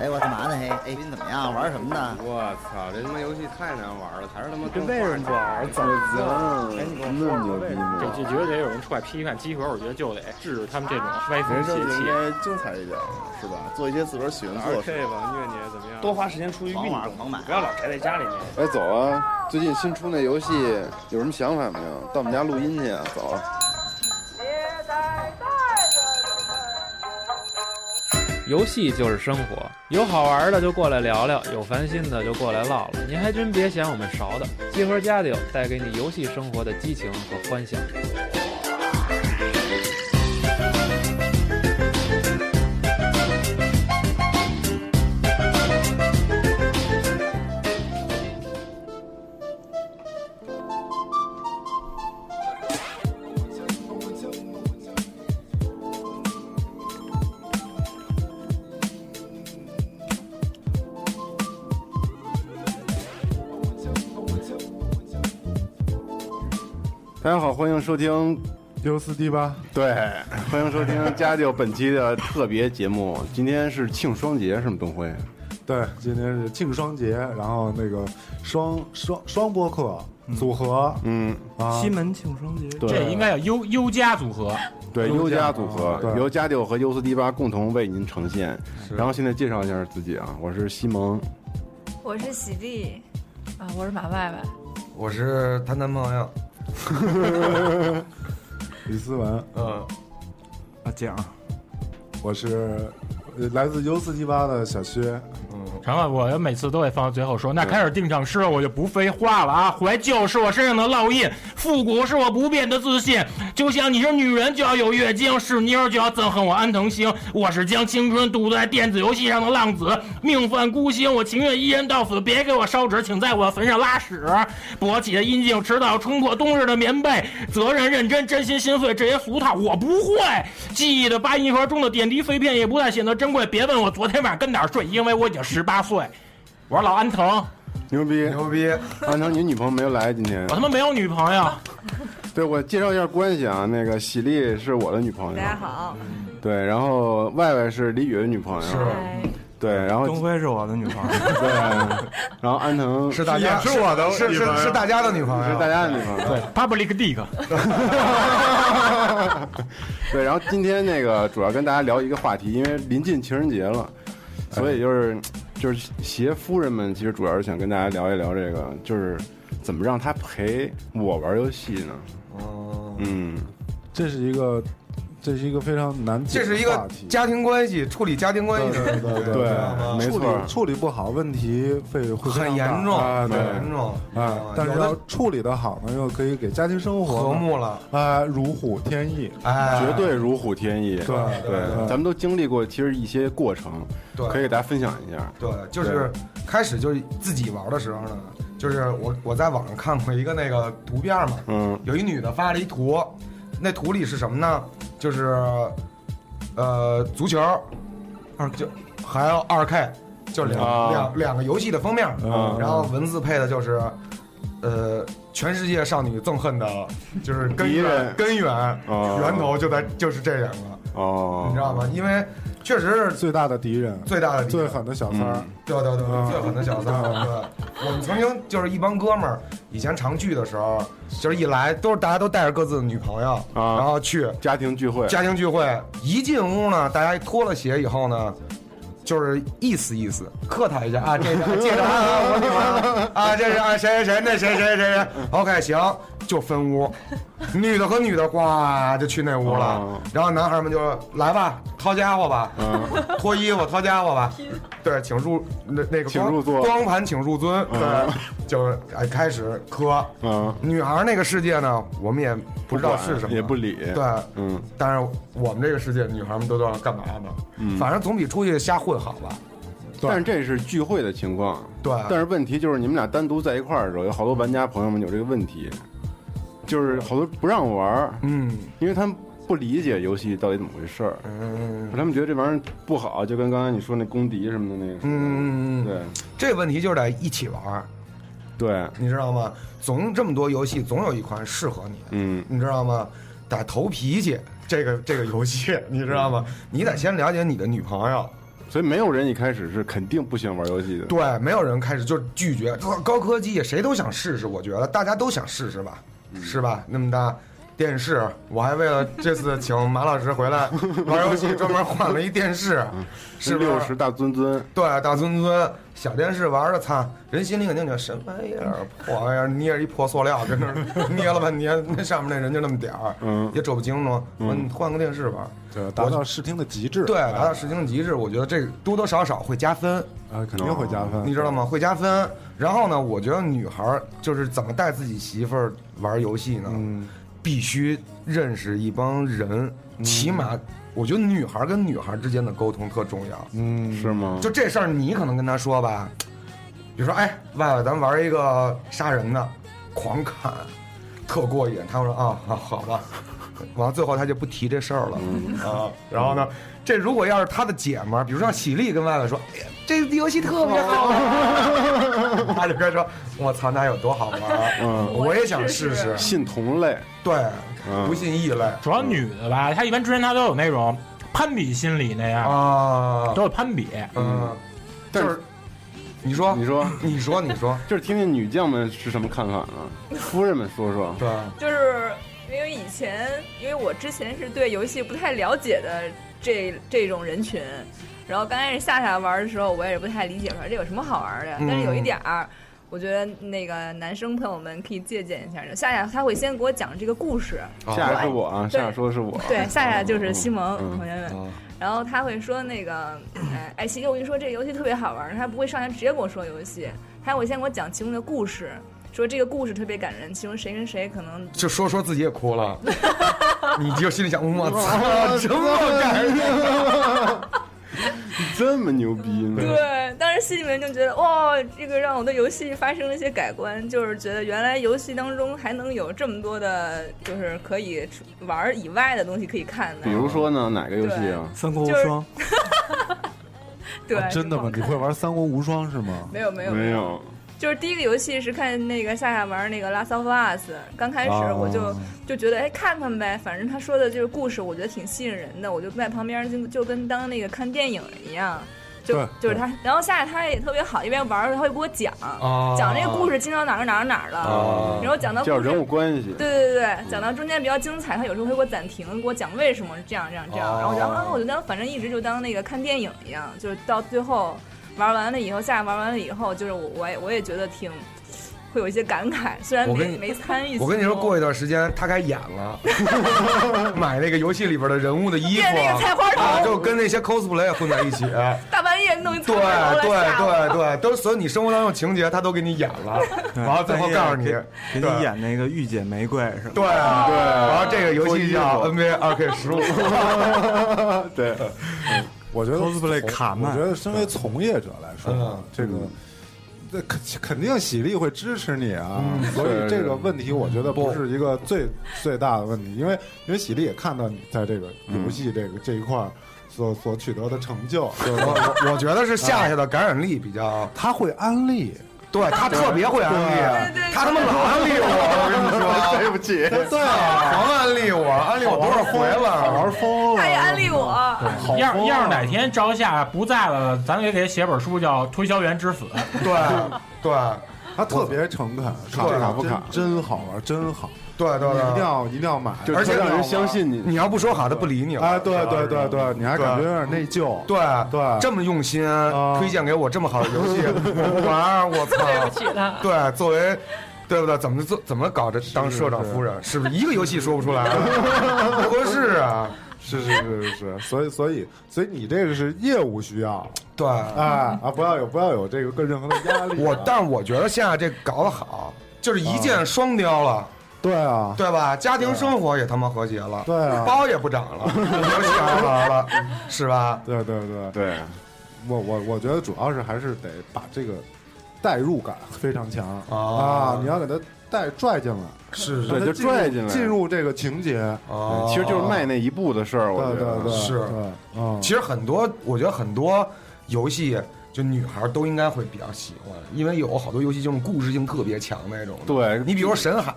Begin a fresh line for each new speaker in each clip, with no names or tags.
哎玩什么呢？
我操，这他妈游戏太难玩了，还是他妈
这
跟
为什么不玩儿？怎么
啊
哎你给我
那
说
么
说
牛
为
逼
什么
吗？
这这绝对得有人出来批判集合，我觉得就得制止他们这种歪风
人
邪
生就应
气。
该精彩一点，是吧？做一些自个儿喜欢做
玩
的事。
K 吧，虐你啊怎么样？
多花时间出去运
狂玩
动，
狂买啊
不要老宅在家里面。
哎，走啊！最近新出那游戏有什么想法没有？到我们家录音去啊！走啊。
游戏就是生活，有好玩的就过来聊聊，有烦心的就过来唠唠。您还真别嫌我们勺的，集合家里有带给你游戏生活的激情和欢笑。
大家好，欢迎收听，
六四 D 八，
对，欢迎收听家教本期的特别节目。今天是庆双节，是吗？东辉？
对，今天是庆双节，然后那个双双双播客组合、
嗯，
啊，
西门庆双节，
对
这应该叫优优家组合，
对，
优
优
家
家组合
哦
啊对
由家九和优斯迪巴共同为您呈现。然后现在介绍一下自己啊，我是西蒙，
我是喜力，啊，我是马外外，
我是她男朋友，
李思文，
嗯，
啊，讲
我是呃来自 U 四 D 八的小薛，
尝尝。我每次都会放到最后说，那开始定场诗了，我就不废话了啊！怀旧是我身上的烙印，复古是我不变的自信。就像你是女人就要有月经，是妞就要憎恨我安藤星。我是将青春赌在电子游戏上的浪子，命犯孤星，我情愿一人到死。别给我烧纸，请在我坟上拉屎。勃起的阴茎迟早冲破冬日的棉被，责任认真，真心心碎，这些俗套我不会。记忆的八音盒中的点滴碎片也不再显得珍贵。别问我昨天晚上跟哪儿睡，因为我已经十八岁。我是老 安藤，
牛逼！
牛逼，
安藤，你女朋友没有来今天
我？他妈没有女朋友。
对，我介绍一下关系啊，那个喜力是我的女朋
大
友，
家好，
对，然后外外是李宇的女朋友，
嗨，
对，然后
东辉是我的女朋友，
对，然后安藤
是大家
也是我的
是
女
是
朋友
是大家的女朋
是
友，
大家的女朋友，
对，Public Dick，
对，然后今天那个主要跟大家聊一个话题，因为临近情人节了，所以就是就是携夫人们，其实主要是想跟大家聊一聊这个，就是怎么让她陪我玩游戏呢？
嗯，
嗯，
这是一个这是一个非常难解
这
的
是一
话
个
题
家庭关系，处理家庭关
对
系的
对对
对
对
没
处
错
理处理不好问题会会非
很
常大
严重，
啊，
很
对
严重，
啊，但是
有的
要处理的好呢，又可以给家庭生活
和睦了，
啊如虎添翼，
哎，
绝对如虎添翼。
对
对
对，
咱们都经历过，其实一些过程，
对，
可以给大家分享一下。
对，就是开始就是自己玩的时候呢，就是我我在网上看过一个那个图片嘛，
嗯，
有一女的发了一图，那图里是什么呢？就是呃足球，二就还有二 K，就两、
啊
两两个游戏的封面，
嗯
然后文字配的就是呃全世界少女憎恨的，就是根
敌
源
人
根源、
哦
源头就在就是这两个，
哦，
你知道吗？？因为确实是
最大的敌人，
最大的敌
最
人。
狠的小三儿。
嗯
对对对对，最狠的小 三儿。对，我们曾经就是一帮哥们儿，以前常聚的时候，就是一来都是大家都带着各自的女朋友，
啊
然后去
家庭聚会，
家庭聚会。一进屋呢，大家脱了鞋以后呢，就是意思意思，客套一下啊，这是啊 这是啊，啊我女朋友啊，这是啊谁谁谁，那谁谁谁谁，OK 行，就分屋，女的和女的呱就去那屋了
哦，
然后男孩们就说来吧，掏家伙吧，
嗯，
脱衣服、掏家伙吧，对，请入那那个
请
光
入座
光盘请入尊，
嗯
对，就是哎开始磕。
嗯，
女孩那个世界呢，我们也不知道
管
是什么，
也不理。
对，
嗯，
但是我们这个世界，女孩们都知道干嘛呢？
嗯
反正总比出去瞎混好吧？
但是这是聚会的情况，
对，
但是问题就是，你们俩单独在一块儿的时候，有好多玩家朋友们有这个问题，就是好多不让玩儿，
嗯
因为他们不理解游戏到底怎么回事儿，
嗯
他们觉得这玩意儿不好，就跟刚才你说那公敌什么的那个似的，
嗯，
对
这问题就是得一起玩儿，
对，
你知道吗？总这么多游戏，总有一款适合你，
嗯
你知道吗？得投脾气，这个这个游戏，你知道吗？你得先了解你的女朋友，
嗯所以没有人一开始是肯定不喜欢玩游戏的。
对，没有人开始就拒绝。高高科技谁都想试试，我觉得大家都想试试吧，
嗯
是吧？那么大电视，我还为了这次请马老师回来玩游戏，专门换了一电视，是
嗯
不
六
是
十？大尊尊，
对，大尊尊小电视玩的，操，人心里肯定就什么玩意儿破玩意儿，捏着一破塑料跟那儿 捏了半天，那上面那人就那么点儿，
嗯
也瞅不清楚。我说你换个电视玩，
对，达到视听的极致。
对，达到视听极致，我觉得这个多多少少会加分。
啊，肯定会加分。
你知道吗？会加分。然后呢，我觉得女孩儿就是怎么带自己媳妇儿玩游戏呢？
嗯，
必须认识一帮人，起码我觉得女孩儿跟女孩儿之间的沟通特重要。
嗯，
是
哦
吗？
就这事儿，你可能跟她说吧，比如说，哎，外外，咱玩一个杀人的，狂砍，特过瘾。她会说啊，好好吧。完了，最后她就不提这事儿了、
嗯
啊。然后呢，这如果要是她的姐们儿，比如说像喜力跟外外说，哎呀，这游戏特别好 玩，她就该说，我操，那有多好玩儿？
嗯，
我也想试试。
信同类，
对，
嗯
不信异类
主要女的吧，她一般之前她都有那种攀比心理那样，
啊，
都有攀比。
嗯，就
但
是你说，
你说，
你说，你说，
就是听听女将们是什么看法呢？夫人们说说，
对，
就是因为以前，因为我之前是对游戏不太了解的这这种人群，然后刚开始夏夏玩的时候，我也是不太理解，说这有什么好玩的
嗯？
但是有一点儿。我觉得那个男生朋友们可以借鉴一下，夏夏他会先给我讲这个故事，
下一个是我啊，
对
下一个说的是我，
对，夏夏就是西蒙
嗯嗯
同学们，
啊
然后他会说那个，哎，哎，琪琪，我跟你说这个游戏特别好玩，他不会上来直接跟我说游戏，他会先给我讲其中的故事，说这个故事特别感人，其中谁跟谁可能
就说说自己也 哭了，你就心里想，我操，这么感人，
这么牛逼呢？
对，当时心里面就觉得哇，这个让我对游戏发生了一些改观，就是觉得原来游戏当中还能有这么多的，就是可以玩儿以外的东西可以看的
比。如说呢，哪个游戏啊？
三国无
就是
双，
对，
啊真的吗？
挺
你
好看
会玩《三国无双》是吗？
没有没有
没，有，
就是第一个游戏是看那个夏夏玩那个《Last of Us》，刚开始
哦
啊
我就、就觉得哎看看呗，反正他说的就是故事，我觉得挺吸引人的，我就在旁边就就跟当那个看电影一样，就
对
就是他，然后夏夏他也特别好，一边玩儿他会给我讲，
啊
讲这个故事进到哪儿哪儿哪儿了，
啊
然后讲到
哦叫
故事
人物关系，
对对对对，讲到中间比较精彩，他有时候会给我暂停，给我讲为什么是这样这样这样，
哦
然后我就啊，我就当反正一直就当那个看电影一样，就是到最后玩完了以后，下玩完了以后，就是我我也我也觉得挺会有一些感慨，虽然
我跟你
没没参与其中。
我跟你说，过一段时间他该演 了，买那个游戏里边的人物的衣服
变那个菜花头，
啊，就跟那些 cosplay 混在一起。
大半夜弄一菜
对
花头来
对
吓我。
对对，都所有你生活当中情节他都给你演了，
对
完了最后告诉你
半夜给给
对
你演那个御姐玫瑰是吧？啊
对对，然后这个游
脱衣
戏
服
叫 NBA 二 K 十五，
对，
我觉得
cosplay
从
卡
我
曼
觉得身为从业者来说啊
嗯，
这个。那肯肯定喜力会支持你啊，
嗯
所
是
以这个
是
问题我觉得不是一个最最大的问题，因为因为喜力也看到你在这个
嗯
游戏这个、这一块儿所所取得的成 就，就是说
我我我觉得是夏夏的感染力比较。
他会安利，
对他特别会安利，
对对
他他妈老安利我，我跟你说，
对不起，
对啊，
狂安利我，安利我多少回了？
玩疯了，
他也安利我，
嗯要要是哪天朝夏不在了，咱也给写本书叫《推销员之死》。
对对
他特别诚恳，说
对啊
这
卡
个
不卡
真真好玩，真好，
对
你一
对
定
对，
要一定要买，
就是
而且
让人相信你，
你要不说好，他不理你了。
哎，对对对对，你还感觉有点内疚，
对
对
这么用心
啊
推荐给我这么好的 游戏，我不玩儿，我操！对不起他。对，作为。对不对？怎么做？怎么搞这当社长夫人？是不是一个游戏说不出 来？不合适啊！
是是是是是，所以所以所以你这个是业务需要，
对，
哎啊，不要有不要有这个跟任何的压力啊，
我但是我觉得现在这搞得好，就是一箭双雕了。
对啊，
对吧？家庭生活也他妈和谐了，
对啊
包也不涨 了，游戏也不玩了，是吧？
对对对，
对，
我我我觉得主要是还是得把这个代入感非常强
啊
啊，你要给他带拽进来，
是
让他
对就
进入
拽进来
进入这个情节，
啊，
其实就是迈那一步的事儿，我
对
觉
对
得
对，
是
对，嗯，
其实很多，我觉得很多游戏就女孩都应该会比较喜欢，因为有好多游戏就是故事性特别强那种的。
对，
你比如《神海》，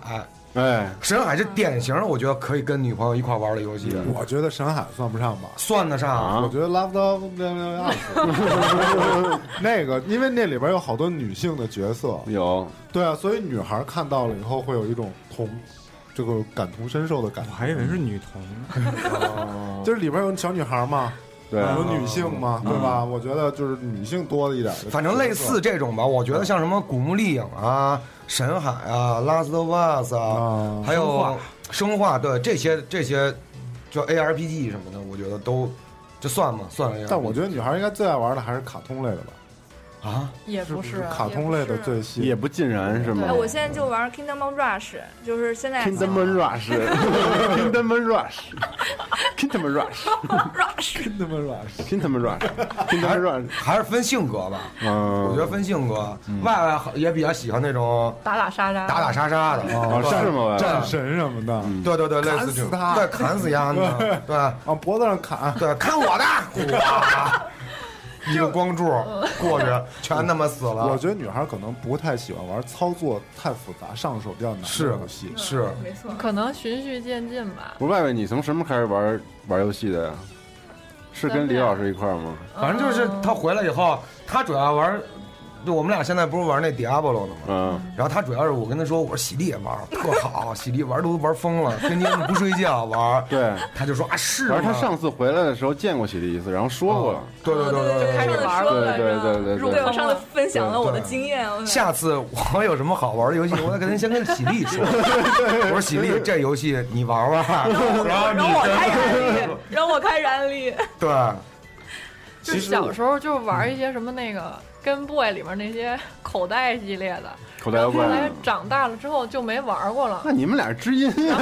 哎，
沈海是典型的，我觉得可以跟女朋友一块玩的游戏，
我觉得沈海算不上吧。
算得上。啊
我觉得 Love Love 六六六 那个，因为那里边有好多女性的角色，
有
对啊，所以女孩看到了以后会有一种同这个感同身受的感
我还以为是女童呢。
觉，就是里边有小女孩嘛，
对，
有女性嘛，对吧？我觉得就是女性多一点的角色，
反正类似这种吧，我觉得像什么《古墓丽影》啊、《沈海》啊、《Last of Us》啊，
啊，
还有《生化》对这些这些，就 ARPG 什么的，我觉得都这算吗？算了。
但我觉得女孩应该最爱玩的还是卡通类的吧，
得啊，
也不
是卡通类的最吸
也
引。
不尽然是吗
哎，我现在就玩 Kingdom Rush，就是现在
？Kingdom Rush，Kingdom Rush，Kingdom Rush，Kingdom
Rush，
那么软，
Rush，Kingdom Rush，
还是分性格吧。
嗯，
我觉得分性格，
嗯
外外也比较喜欢那种
打打杀杀，
打打杀杀的。
哦
对
是吗？
战神什么的，
嗯对对对，类
砍
似这
死
种，
他
对，砍 死丫的，对。
往脖子上砍，
对，看我的，哇 一个光柱过去，全他妈死
我
了。
觉得女孩可能不太喜欢玩操作太复杂、上手比较难
是
的游戏。
是，
没错，
可能循序渐进吧。
不是外面，你从什么开始玩玩游戏的呀？是跟李老师一块儿吗？
反正就是他回来以后，他主要玩，就我们俩现在不是玩那 Diablo 呢吗？
嗯，
然后他主要是我跟他说，我说喜力也玩特好，喜力玩都玩疯 了，天天不睡觉玩。
对。
他就说啊是
而
吗，
他
哦
上次回来的时候见过喜力一次，然后说过，
对对对对
对，
开始
上次
玩
说
对
了
对对对
对，我
对，
上次分享了我的经验，我
下次我有什么好玩的游戏，我得跟先跟喜力 说。我说喜力，这游戏你玩玩，然后
让我开始安
你
利，让我开始安利，
对，
就是小时候就玩一些什么那
嗯
个跟 boy 里面那些口袋系列的，
口袋
然
妖
后后来
怪。
长大了之后就没玩过了。
嗯
那你们俩是知音啊？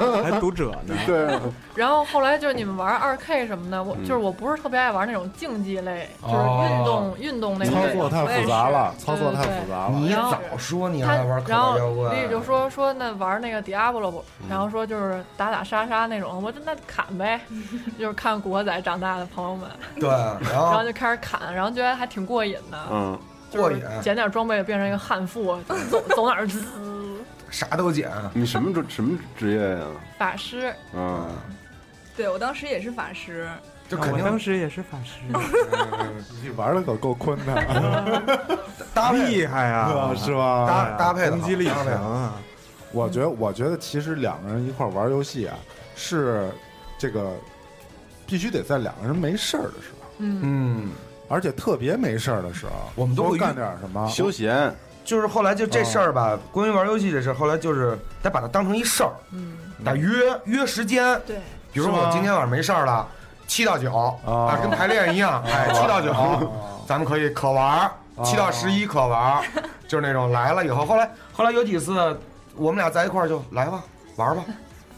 还读者呢，
对，
然后后来就是你们玩二 K 什么的，我
嗯
就是我不是特别爱玩那种竞技类，就是
哦
运
哦
动运动那种
操作太复杂了，
对
操作太复杂了。
你
然后
早说你
他
爱玩口啊袋
然后
妖怪，
丽就说说那玩那个 Diablo，然
嗯
后说就是打打杀杀那种，我就那砍 呗，就是看古惑仔长大的朋友们，
对，然
然
后
后就开始砍，然后觉得还挺过瘾的，
嗯，
过瘾，
捡点装备变成一个悍妇，走走哪儿 滋，
啥都捡，
你什么职什么职业呀？
法师
嗯，
对我当时也是法 师，
就肯
啊我
定
当时也是法师，
你玩的可够坤的，
搭配
厉害啊！
是吧？
搭搭配的
攻击力
搭
强
配的
啊！
我觉得，我觉得其实两个人一块玩游戏啊，是这个必须得在两个人没事儿的时候，
嗯，
而且特别没事儿的时候，
我们都
多
会啊
干点什么。嗯
休闲，
就是后来就这事儿吧，关于玩游戏这事儿，后来就是得把它当成一事儿，
嗯，
得约约时间，
对，
比如说
是
我
吗
今天晚上没事儿了，七到九
哦哦
啊，跟排练一样，哎，七到九，咱们可以可玩儿，七到十一可玩儿，就是那种来了以后，后来后来有几次我们俩在一块儿就来吧，玩儿吧，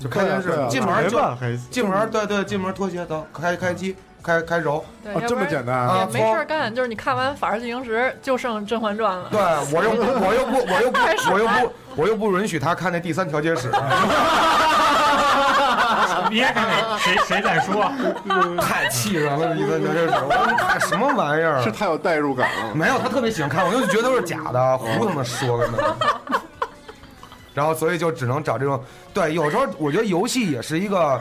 就开电
对啊对
视
啊，
进门就
吧，还
进门，对对，进门脱鞋，走，开开机，开开揉。
对，要
啊，这
不
么
然
简
啊
也
单？
没事儿干，就是你看完《法制进行时》就剩《甄嬛传》了。
对我又不，我又不，我 又不，我又不，我又不允许他看那第三调解室，
别看 谁谁在说，
太气人了！第三调解室，我说你看什么玩意儿
是？太有代入感了。
没有，他特别喜欢看，我就觉得都是假的，胡他妈 说的呢。然后，所以就只能找这种对，有时候我觉得游戏也是一个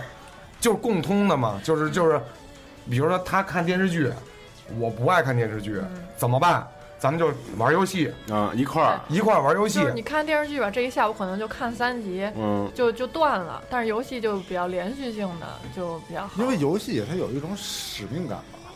就是共通的嘛，就是就是，比如说他看电视剧，我不爱看电视剧，
嗯
怎么办？咱们就玩游戏，
啊，一块儿，
一块儿玩游戏
就是。你看电视剧吧，这一下午可能就看三集，
嗯，
就就断了。但是游戏就比较连续性的，就比较好。
因为游戏它有一种使命感吧，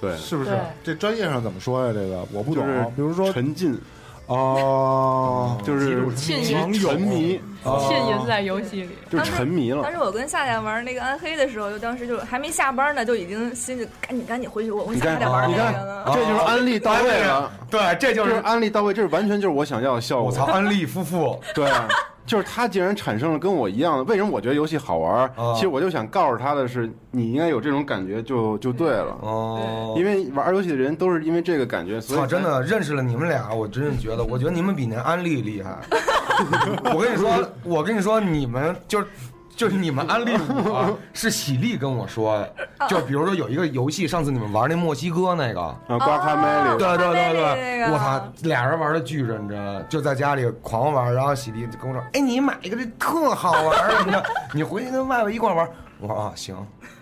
对，
是不是
对？
这专业上怎么说呀？这个我不懂
就是。
比如说，
沉浸，
哦，
就是
浸
网
淫
沉 迷，
浸
啊
淫在游戏里，
哦就是沉迷了
当。时我跟夏夏玩那个暗黑的时候，就当时就还没下班呢，就已经心里赶紧赶紧回去，我我
你
下
看
得玩
你
那
看
个了。
这就是安利到位了，
哦对，这就
就是
是
安利到位，这是完全就是我想要的效果。
我操，安利夫妇，
对，啊就是他竟然产生了跟我一样的。为什么我觉得游戏好玩儿？
啊
其实我就想告诉他的是，你应该有这种感觉就就对了。
哦，
因为玩游戏的人都是因为这个感觉，所以
操，真的认识了你们俩，我真是觉得，我 觉得你们比那安利厉害。我跟你说，我跟你说，你们就是就是你们安利 我，是喜力跟我说
哦
的。就比如说有一个游戏，上次你们玩那墨西哥那个，
啊，刮咖麦里，
对对对
哦那
对，
个
我操，俩人玩的巨认真，就在家里狂玩，然后喜力就跟我说：“哎，你买一个这特好玩什么的，你回去跟外边一块玩。”我说啊，行。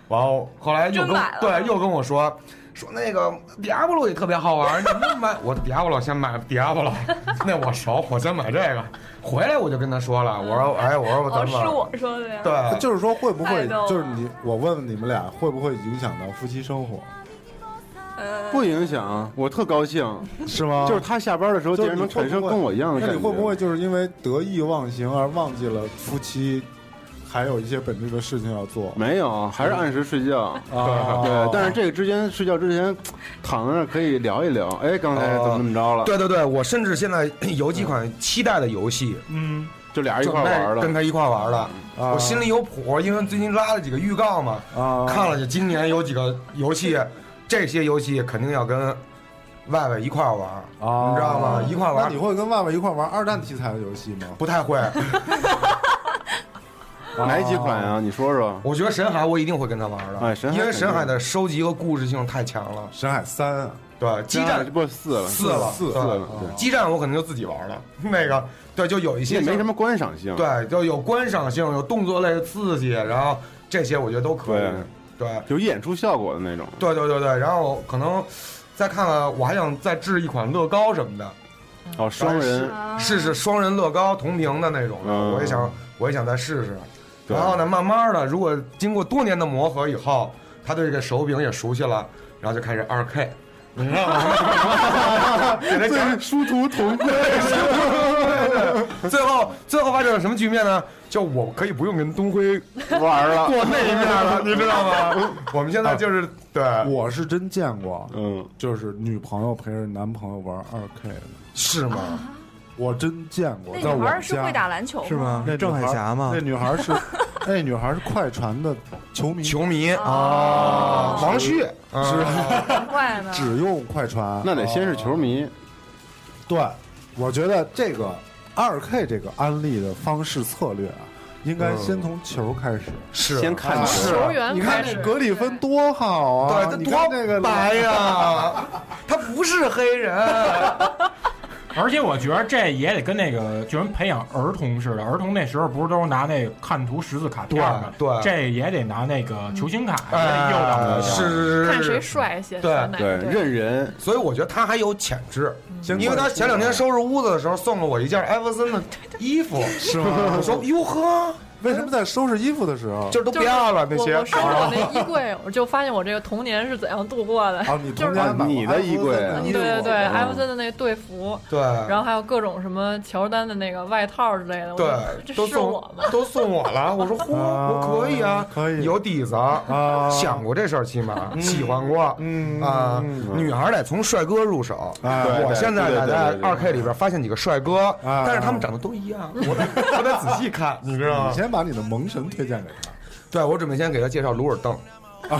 然后后来又
真
跟
买了
对又跟我说说那个迪亚波罗也特别好玩，你们买我迪亚波罗先买迪亚波罗，那我熟，我先买这个。回来我就跟他说了，我说哎，我说
哦，
咱们
是
玩
我说的呀。啊
对，
就是说会不
太
会
逗了
就是
哦
你我问问你们俩会不会影响到夫妻生活？
呃，
不影响，我特高兴。
是吗？
就是他下班的时候，
啊就
竟
是
然
你
能产生跟我一样的
那
感
你
觉，
会不会就是因为得意忘形而忘记了夫妻还有一些本质的事情要做？
没有，还是按时睡觉。
啊
对，但是这个之间睡觉之前，躺在那儿可以聊一聊。哎，刚才怎么怎么着了？
呃哦对对对，我甚至现在 有几款期待的游戏，
嗯，
就俩人一
准
块儿玩
备跟
了。
他一块玩了。
啊
我心里有谱，因为最近拉了几个预告嘛，
啊，
看了就今年有几个游戏，这些游戏肯定要跟外外一块玩，
啊，
你知道吗？一块
那
玩
你会跟爸爸一块玩二战题材的游戏吗？
不太会，
哪几款啊？你说说。
哦我觉得神海我一定会跟他玩的，
哎神海
因为
肯定
神海的收集和故事性太强了。
神海三啊，
对，激
那
战
不四了，
四了，
四
对
了对
激战我可能就自己玩了。 那个对，就有一些
也没什
么，
么观赏性。
对，就有观赏性，有动作类的刺激，然后这些我觉得都可以。对，
有演出效果的那种。
对对对对，然后可能再看看，我还想再制一款乐高什么的，
哦，双人
啊
试试双人乐高同屏的那种的，
嗯
我也想，我也想再试试。
对
然后呢，慢慢的，如果经过多年的磨合以后，他对这个手柄也熟悉了，然后就开始二 K，你知道 吗？给 他讲
对，殊途同归。
最后最后发展了什么局面呢？就我可以不用跟东辉
玩了。
过那一 面了，你知道吗？我们现在就是对，
啊我是真见过，
嗯，
就是女朋友陪着男朋友玩二 K 的，
是吗？
我真见过，
啊那
在
女
我
孩
们
儿是会打
家。
篮球
是？吗
那？女
郑海
孩
霞嘛
那，女孩 是，那女孩是快船的球迷，啊
球迷
哦
王旭
只
是
难怪
啊
呢。
只用快船。哦
那得先是球迷。
对，我觉得这个二 K 这个安利的方式策略啊，应该先从球开始。啊
是
先看球
是
球员
你
开
看那
始，
格里芬多好啊！
对，
你
他
看
多
那个
白呀、他不是黑人，
而且我觉得这也得跟那个就跟培养儿童似的，儿童那时候不是都是拿那个看图识字卡片吗？
对对
这也得拿那个球星卡
哎，
诱导一下。
是是
看
是
谁
是。
帅些，
对
选哪
对
个，
认人。
所以我觉得他还有潜质，
先
因为他前两天收拾屋子的时候送了我一件艾弗森的衣 服，
是吗
我？说哟呵，
为什么在收拾衣服的时候？
这都
就
不
是
要了
我
那些
我。收拾我那衣柜，我就发现我这个童年是怎样度过的。
哦
啊，你
就
童
是
年买过
你的衣柜啊
嗯
艾弗森的衣
对对
服
对，
嗯
艾弗森的那个队服，
啊对，
然后还有各种什么乔丹的那个外套之类的。我就
对，
这
都
是我
送
吗？
都送我了。我说嚯，
啊
我可以啊，
可以
有底子啊
啊
想过这事儿，起码喜欢过，嗯啊，女孩儿得从帅哥入手。
哎
对
我现在
对
得
对
在
对对
二 K 里边发现几个帅哥，
啊
但是他们长得 都一样，我得我得仔细看，你知道
你
吗？
先把你的萌神推荐给他。
对，我准备先给他介绍鲁尔邓，啊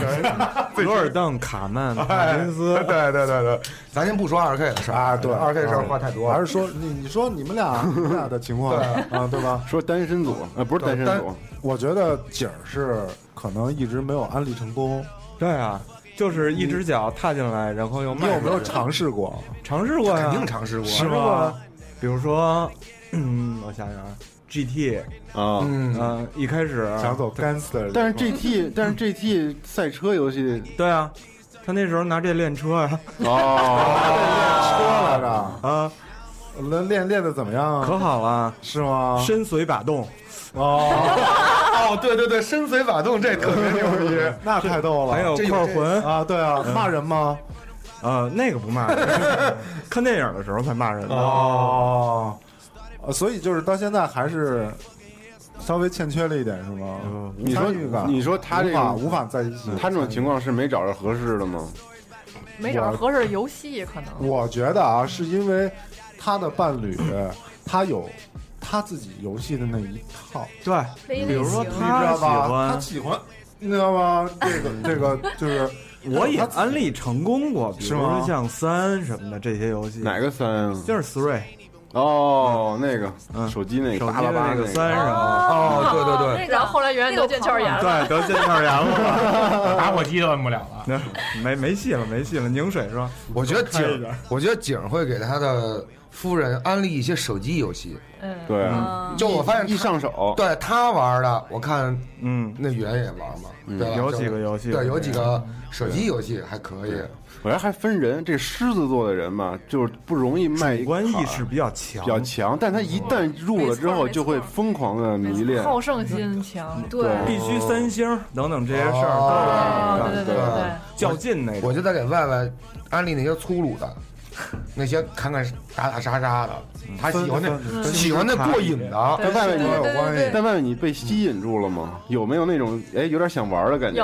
罗尔邓、卡曼、
哎
帕金斯，
对 对对对对，咱先不说二 K 的事儿
啊对
二 K 的事儿话太多
还
了
是。说你你说你们俩你们俩的情况
对
啊，对吧？
说单身组，呃，不是单身组，
我觉得景儿是可能一直没有安利成功，
对啊，就是一只脚踏进来，然后又
你
迈出去。
有没有尝试过？
尝试过呀？
肯定尝试过，
是吧？比如说，嗯，我想想啊，GT，
啊。
嗯，
嗯，一开始
想走 gangster，
但是 GT，但是 GT 赛车游戏
对啊，他那时候拿这练车呀，
哦，
车来着，
啊，
那练练的怎么样啊？
可好了，
是吗？
身随把动，
哦，
哦，对对对，身随把动，这特别牛逼。
那太逗了。
还有
这有
块
这
魂，
啊，对啊，骂人吗？
呃，那个不骂人， 看电影的时候才骂人呢。
哦，呃所以就是到现在还是稍微欠缺了一点，是吗？
嗯
你说
参与感
你说他这
无法
个
无法在一起，
嗯他这种情况是没找着合适的吗？
没找着合适的游戏，可能
我觉得啊，是因为他的伴侣，他有他自己游戏的那一套，
对，
比
比如说
你知
他
道
喜
吧？
欢
他喜欢，你知道吗？这 个这个就是，
我也安利成功过，比
是
如
吗
说像三什么的这些游戏，
哪个三啊？
就是 Three，
哦，那个手机那个
手机
八八八
那个三是吧？
哦，对对对，
然后后来原来得腱鞘炎了，
哎
对，得腱鞘炎 了，
打火机都摁不了了。
没没戏了，没戏了。拧水是吧？
我觉得
开一
景
点
儿，我觉得景儿会给他的夫人安利一些手机游戏。
嗯，
对，啊
嗯
就我发现
一上手，
对他玩的，我看
嗯，
那圆也玩嘛，
嗯
对吧？
有
就
几个游戏
对，
是
有
这
几个手机游戏还可以。
嗯
我觉得还分人，这狮子座的人嘛，就是不容易卖
主观意识
卡
比较强
比，较强，但他一旦入了之后，就会疯狂的迷恋。
好胜心强，
对
必须三星等等这些事儿
啊，
哦
都
对
是
对对对对，
较劲那
我
种。
就在给外外安利那些粗鲁的，那些砍砍打打杀杀的，
嗯
他喜欢那喜欢那过瘾的，
跟外面
跟
你
对
我有
对
关系
对。
但外面你被吸引住了吗？有没有那种哎有点想玩的感觉？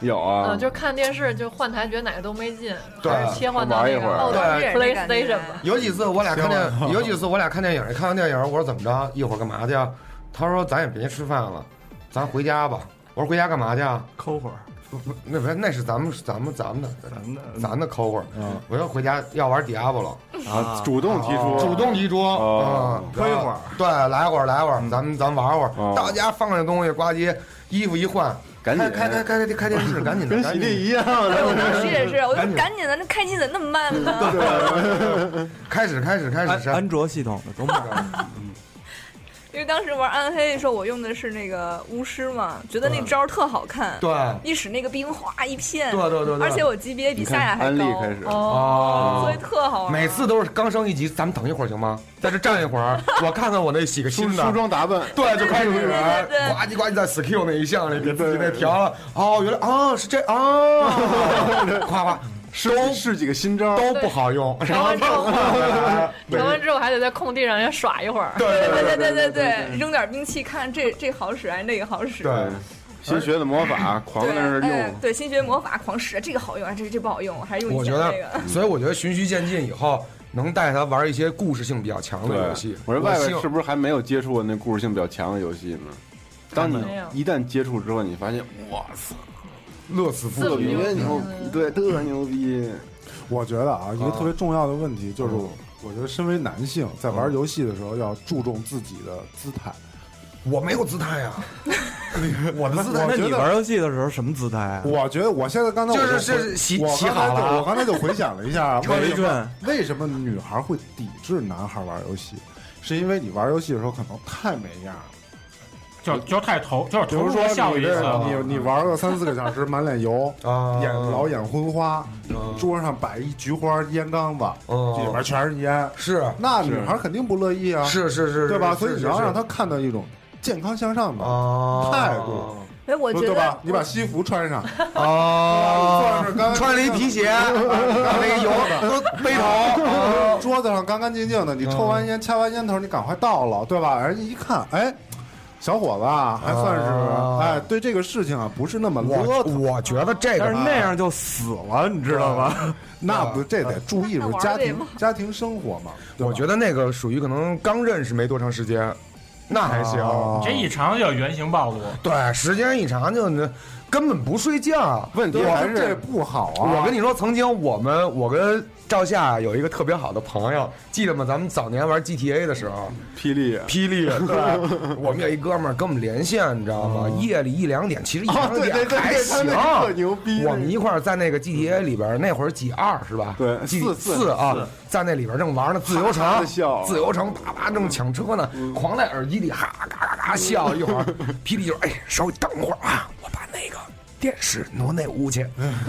有
啊，
嗯，就是看电视就换台，觉得哪个都没劲，
对
还是切换到
玩一
那
会儿
个哦
暴走日那感觉
PlayStation 吧，
有几次我俩看电，有几次我俩看电影，看完电影我说怎么着，一会儿干嘛去啊？他说咱也别吃饭了，咱回家吧。我说回家干嘛去啊？
抠会儿，
不不，那不是那是咱们咱们咱们的
咱的
咱的抠会儿。
嗯
我要回家要玩 Diablo，
啊，主动提出，
主动提出，
哦
嗯，
推一会儿，嗯
对，来会儿来会儿，咱们咱玩会
哦
儿，到家放下东西，呱唧，衣服一换，
赶紧
开开开开开电视，赶紧的
跟
赶
喜
紧的
力一样，
啊
对，我当时 也是，我就赶紧的，那开机怎么那么慢呢？
哦
开始开始开
安
始删
安卓系统的都买了，
因为当时玩暗黑的时候，我用的是那个巫师嘛，觉得那招儿特好看，
对
一使那个冰哗一片，
对对对对
而且我级别比
你
夏夏
看
还
安利
高，
开始，
所
哦
以。特好玩。
每次都是刚升一级，咱们等一会儿行吗？在这站一 会儿，我看看我那洗个
梳
新
梳
的。
妆打扮，
对，就开始
对对对对对
呱唧呱唧在 skill 那一项里给自己那调了。哦，原来哦是这 哦，夸夸
试试几个新招，
都不好用，然
调
后
完之后，
啊对
调完之后还得在空地上人家耍一会儿，
对
对对对对对，扔点兵器，看这这好使还是那个好使？
对，
新学的魔法，啊狂在
对，
那儿
哎
用，
对新学魔法狂使，这个好用啊，这这不好用，我还是用
我
以
觉
前
得
那个。，
所以我觉得循序渐进以后，能带他玩一些故事性比较强的游戏
对。，我说外
希
边
望
是不是还没有接触过那故事性比较强的游戏呢？当你
没有
一旦接触之后，你发现哇塞，
乐此
特
不
别
疲？
别牛逼，
嗯
对，特牛逼，
我觉得啊，一个
啊
特别重要的问题
嗯
就是，我觉得身为男性在玩游戏的时候要注重自己的姿态。
我没有姿态呀，我的姿态
那你玩游戏的时候什么姿态啊？
我觉得我现在刚才我
就是
回
是洗
我
洗
刚
好
才
了
就我
啊。
刚才就回想了一下，
穿
为
围
什么
裙
为什么女孩会抵制男孩玩游戏？是因为你玩游戏的时候可能太没样了，
就
嗯
就是太投，就是
比
投
如
入
说
效
你
益
这
了。
你你玩个三四个小时，满脸油，
啊
眼老眼昏花，
嗯
桌上摆一菊花烟缸子，
嗯
里边全是烟，
是
那女孩肯定不乐意啊，
是是是，
对吧？所以
是
你
是
要
是
让她看到一种健康向上的
啊
态度
哎，我觉
对
得
吧？你把西服穿 上，啊
啊
你坐着刚，才
穿了一皮鞋，然后那个油都背头啊
桌子上干干净净的，你抽完烟、掐完烟头，你赶快倒了，对吧？人家一看，哎，小伙子啊，还算
啊
是哎，对这个事情啊，不是那么
我
邋遢。
我觉得这个
但是那样就死了，你知道吗？
那不，这得注意
那
是
玩儿
家
得
庭
吗
家庭生活嘛。对吧
我觉得那个属于可能刚认识没多长时间，那还行。
啊
这一尝就有原形暴露，
对，时间一长就那根本不睡觉。
问题
对吧
还
这
是
不好啊。
我跟你说，曾经我们我跟赵夏有一个特别好的朋友，记得吗？咱们早年玩 GTA 的时候，
霹雳。啊
霹雳，对， 我们有一哥们儿跟我们连线，你知道吗？夜里一两点，其实一两
对嗯哦对
点
对，
还
他
行。
那特牛逼，
我们一块儿在那个 GTA 里边儿，那会儿 G 二是吧？
对
G
四四
四啊，在那里边儿正玩呢，自
哈
由
哈地
城
笑，啊嗯
自由城啪啪正抢车呢，狂在耳机里哈嘎嘎嘎笑。一 会儿霹雳就说：“哎，稍微等会儿啊，我把那个电视挪那屋去，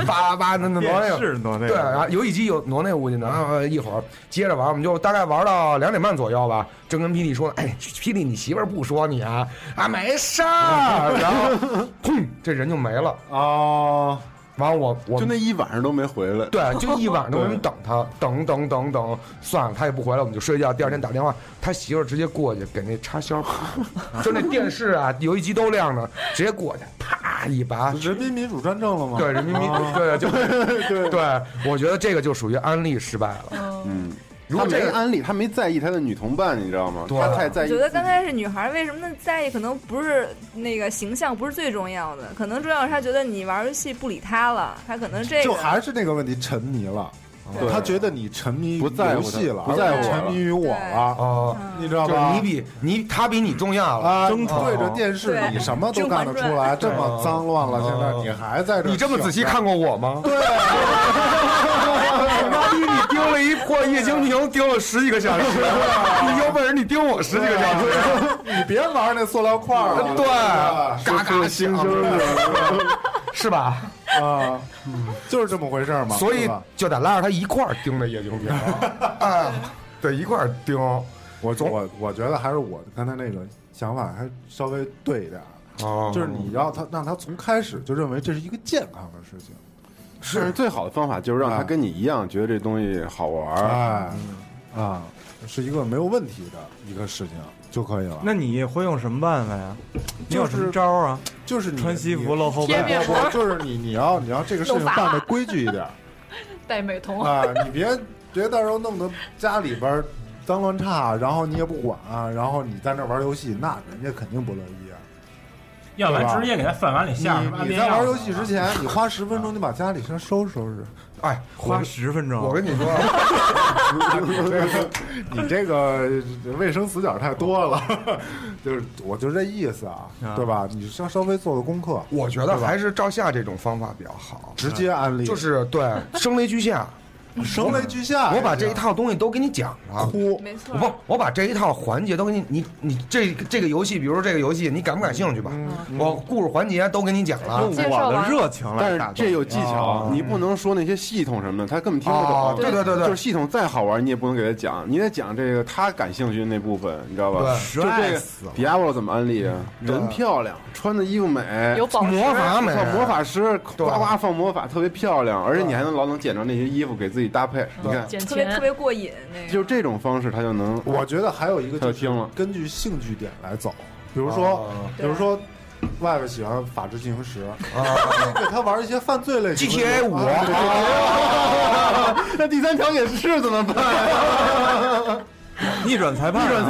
叭叭叭，那那挪那
嗯电
个。”
视挪那
对，然
个，
后游戏机有挪那屋去呢，然后呃一会儿接着玩，我们就大概玩到两点半左右吧。正跟霹雳说呢，哎，霹雳，你媳妇儿不说你啊？啊，没事儿。然 后，砰，这人就没了。
哦
啊，
完了我我
就那一晚上都没回来。
对，就一晚上 我
对
们等他，等等等等，算了，他也不回来，我们就睡觉。第二天打电话，他媳妇儿直接过去给那插 销，就那电视啊、游戏机都亮着，直接过去，啪一拔。
人民民主专政了吗？啊
对，人民币， 对，就对我觉得这个就属于安利失败了。
嗯，
如
他
果这
没
个
安利，他没在意他的女同伴，你知道吗？
对
他太在
我
意
觉得刚
自己
开始女孩为什么那么在意，可能不是那个形象不是最重要的，可能重要是她觉得你玩游戏不理她了，她可能这个
就还是那个问题，沉迷了。
对
他觉得你沉迷于
不在乎
游
他
戏了，
不在乎
而
我
沉迷于我了，
哦，
你知道
就是
吧？
你比你他比你重要了，哦
啊，
争宠
对着电视，
对
你什么 都
甄
干
嬛
得
传
出来，这么
对
脏乱了，
哦
现在你还在这儿？
你这么仔细看过我吗？对，妈 逼，你盯了一破液晶屏，盯了十几个小时，你有本事你盯我十几个小时，
啊 你别玩那塑料块儿了，
对，
啊
嘎嘎星星是吧？
啊，就是这么回事儿嘛。
所
是
以
吧
就得拉着他一块儿盯着液晶屏，啊，对，一块儿盯。
我
总
我我觉得还是我刚才那个想法还稍微对一点儿，
哦
就是你要他让他从开始就认为这是一个健康的事情，
但是最好的方法就是让他跟你一样，觉得这东西好玩儿。
啊哎，
嗯
啊，是一个没有问题的一个事情就可以了。
那你会用什么办法呀？你有什么招啊？
就是你
穿西服，露后
你
贴
背，
不不，就是你你要你要这个事情办的规矩一点儿
戴美 瞳，
啊，你别别到时候弄得家里边儿脏乱差，然后你也不管，啊然后你在那儿玩游戏，那人家肯定不乐意啊。
要不
对吧
然直接给他饭碗里下
嗯你你在玩游戏之前，你花十分钟，你把家里先收拾收拾。哎
哎，我
花十分
我
钟，
跟你
啊
说，
你这个卫生死角太多了， 就是我就这意思啊，
啊
对吧？你稍稍微做做功课，
我觉得还是照下这种方法比较好，
直接安利，
嗯就是对声泪俱下，
声泪俱下。
我把这一套东西都给你讲了。
哭，
没错
我，不，我把这一套环节都给你，你你这这个游戏，比如说这个游戏，你感不感兴趣吧？
嗯
我故事环节都给你讲了，
用我的热情
但
来打
是
动。
这有技巧，你不能说那些系统什么的，他根本听不懂
哦。对对对对
就是系统再好玩，你也不能给他讲，你得讲这个他感兴趣的那部分，你知道吧？就这
爱
个
死了
Diablo 怎么安利啊？人漂亮，穿的衣服美，
有宝石，
魔法美，
放魔法师，
对
呱呱放魔法，特别漂亮，而且你还能老能捡着那些衣服给自己搭配。你看，
捡
特别特
钱，
别过瘾那个。
就这种方式，他就能
我觉得还有一个就
他就是听了
根据兴趣点来走，比如说，比如说。外边喜欢《法制进行时》，
啊
对他玩一些犯罪类型的
GTA 五
啊对
那第三条也是怎么办？
逆转裁判啊，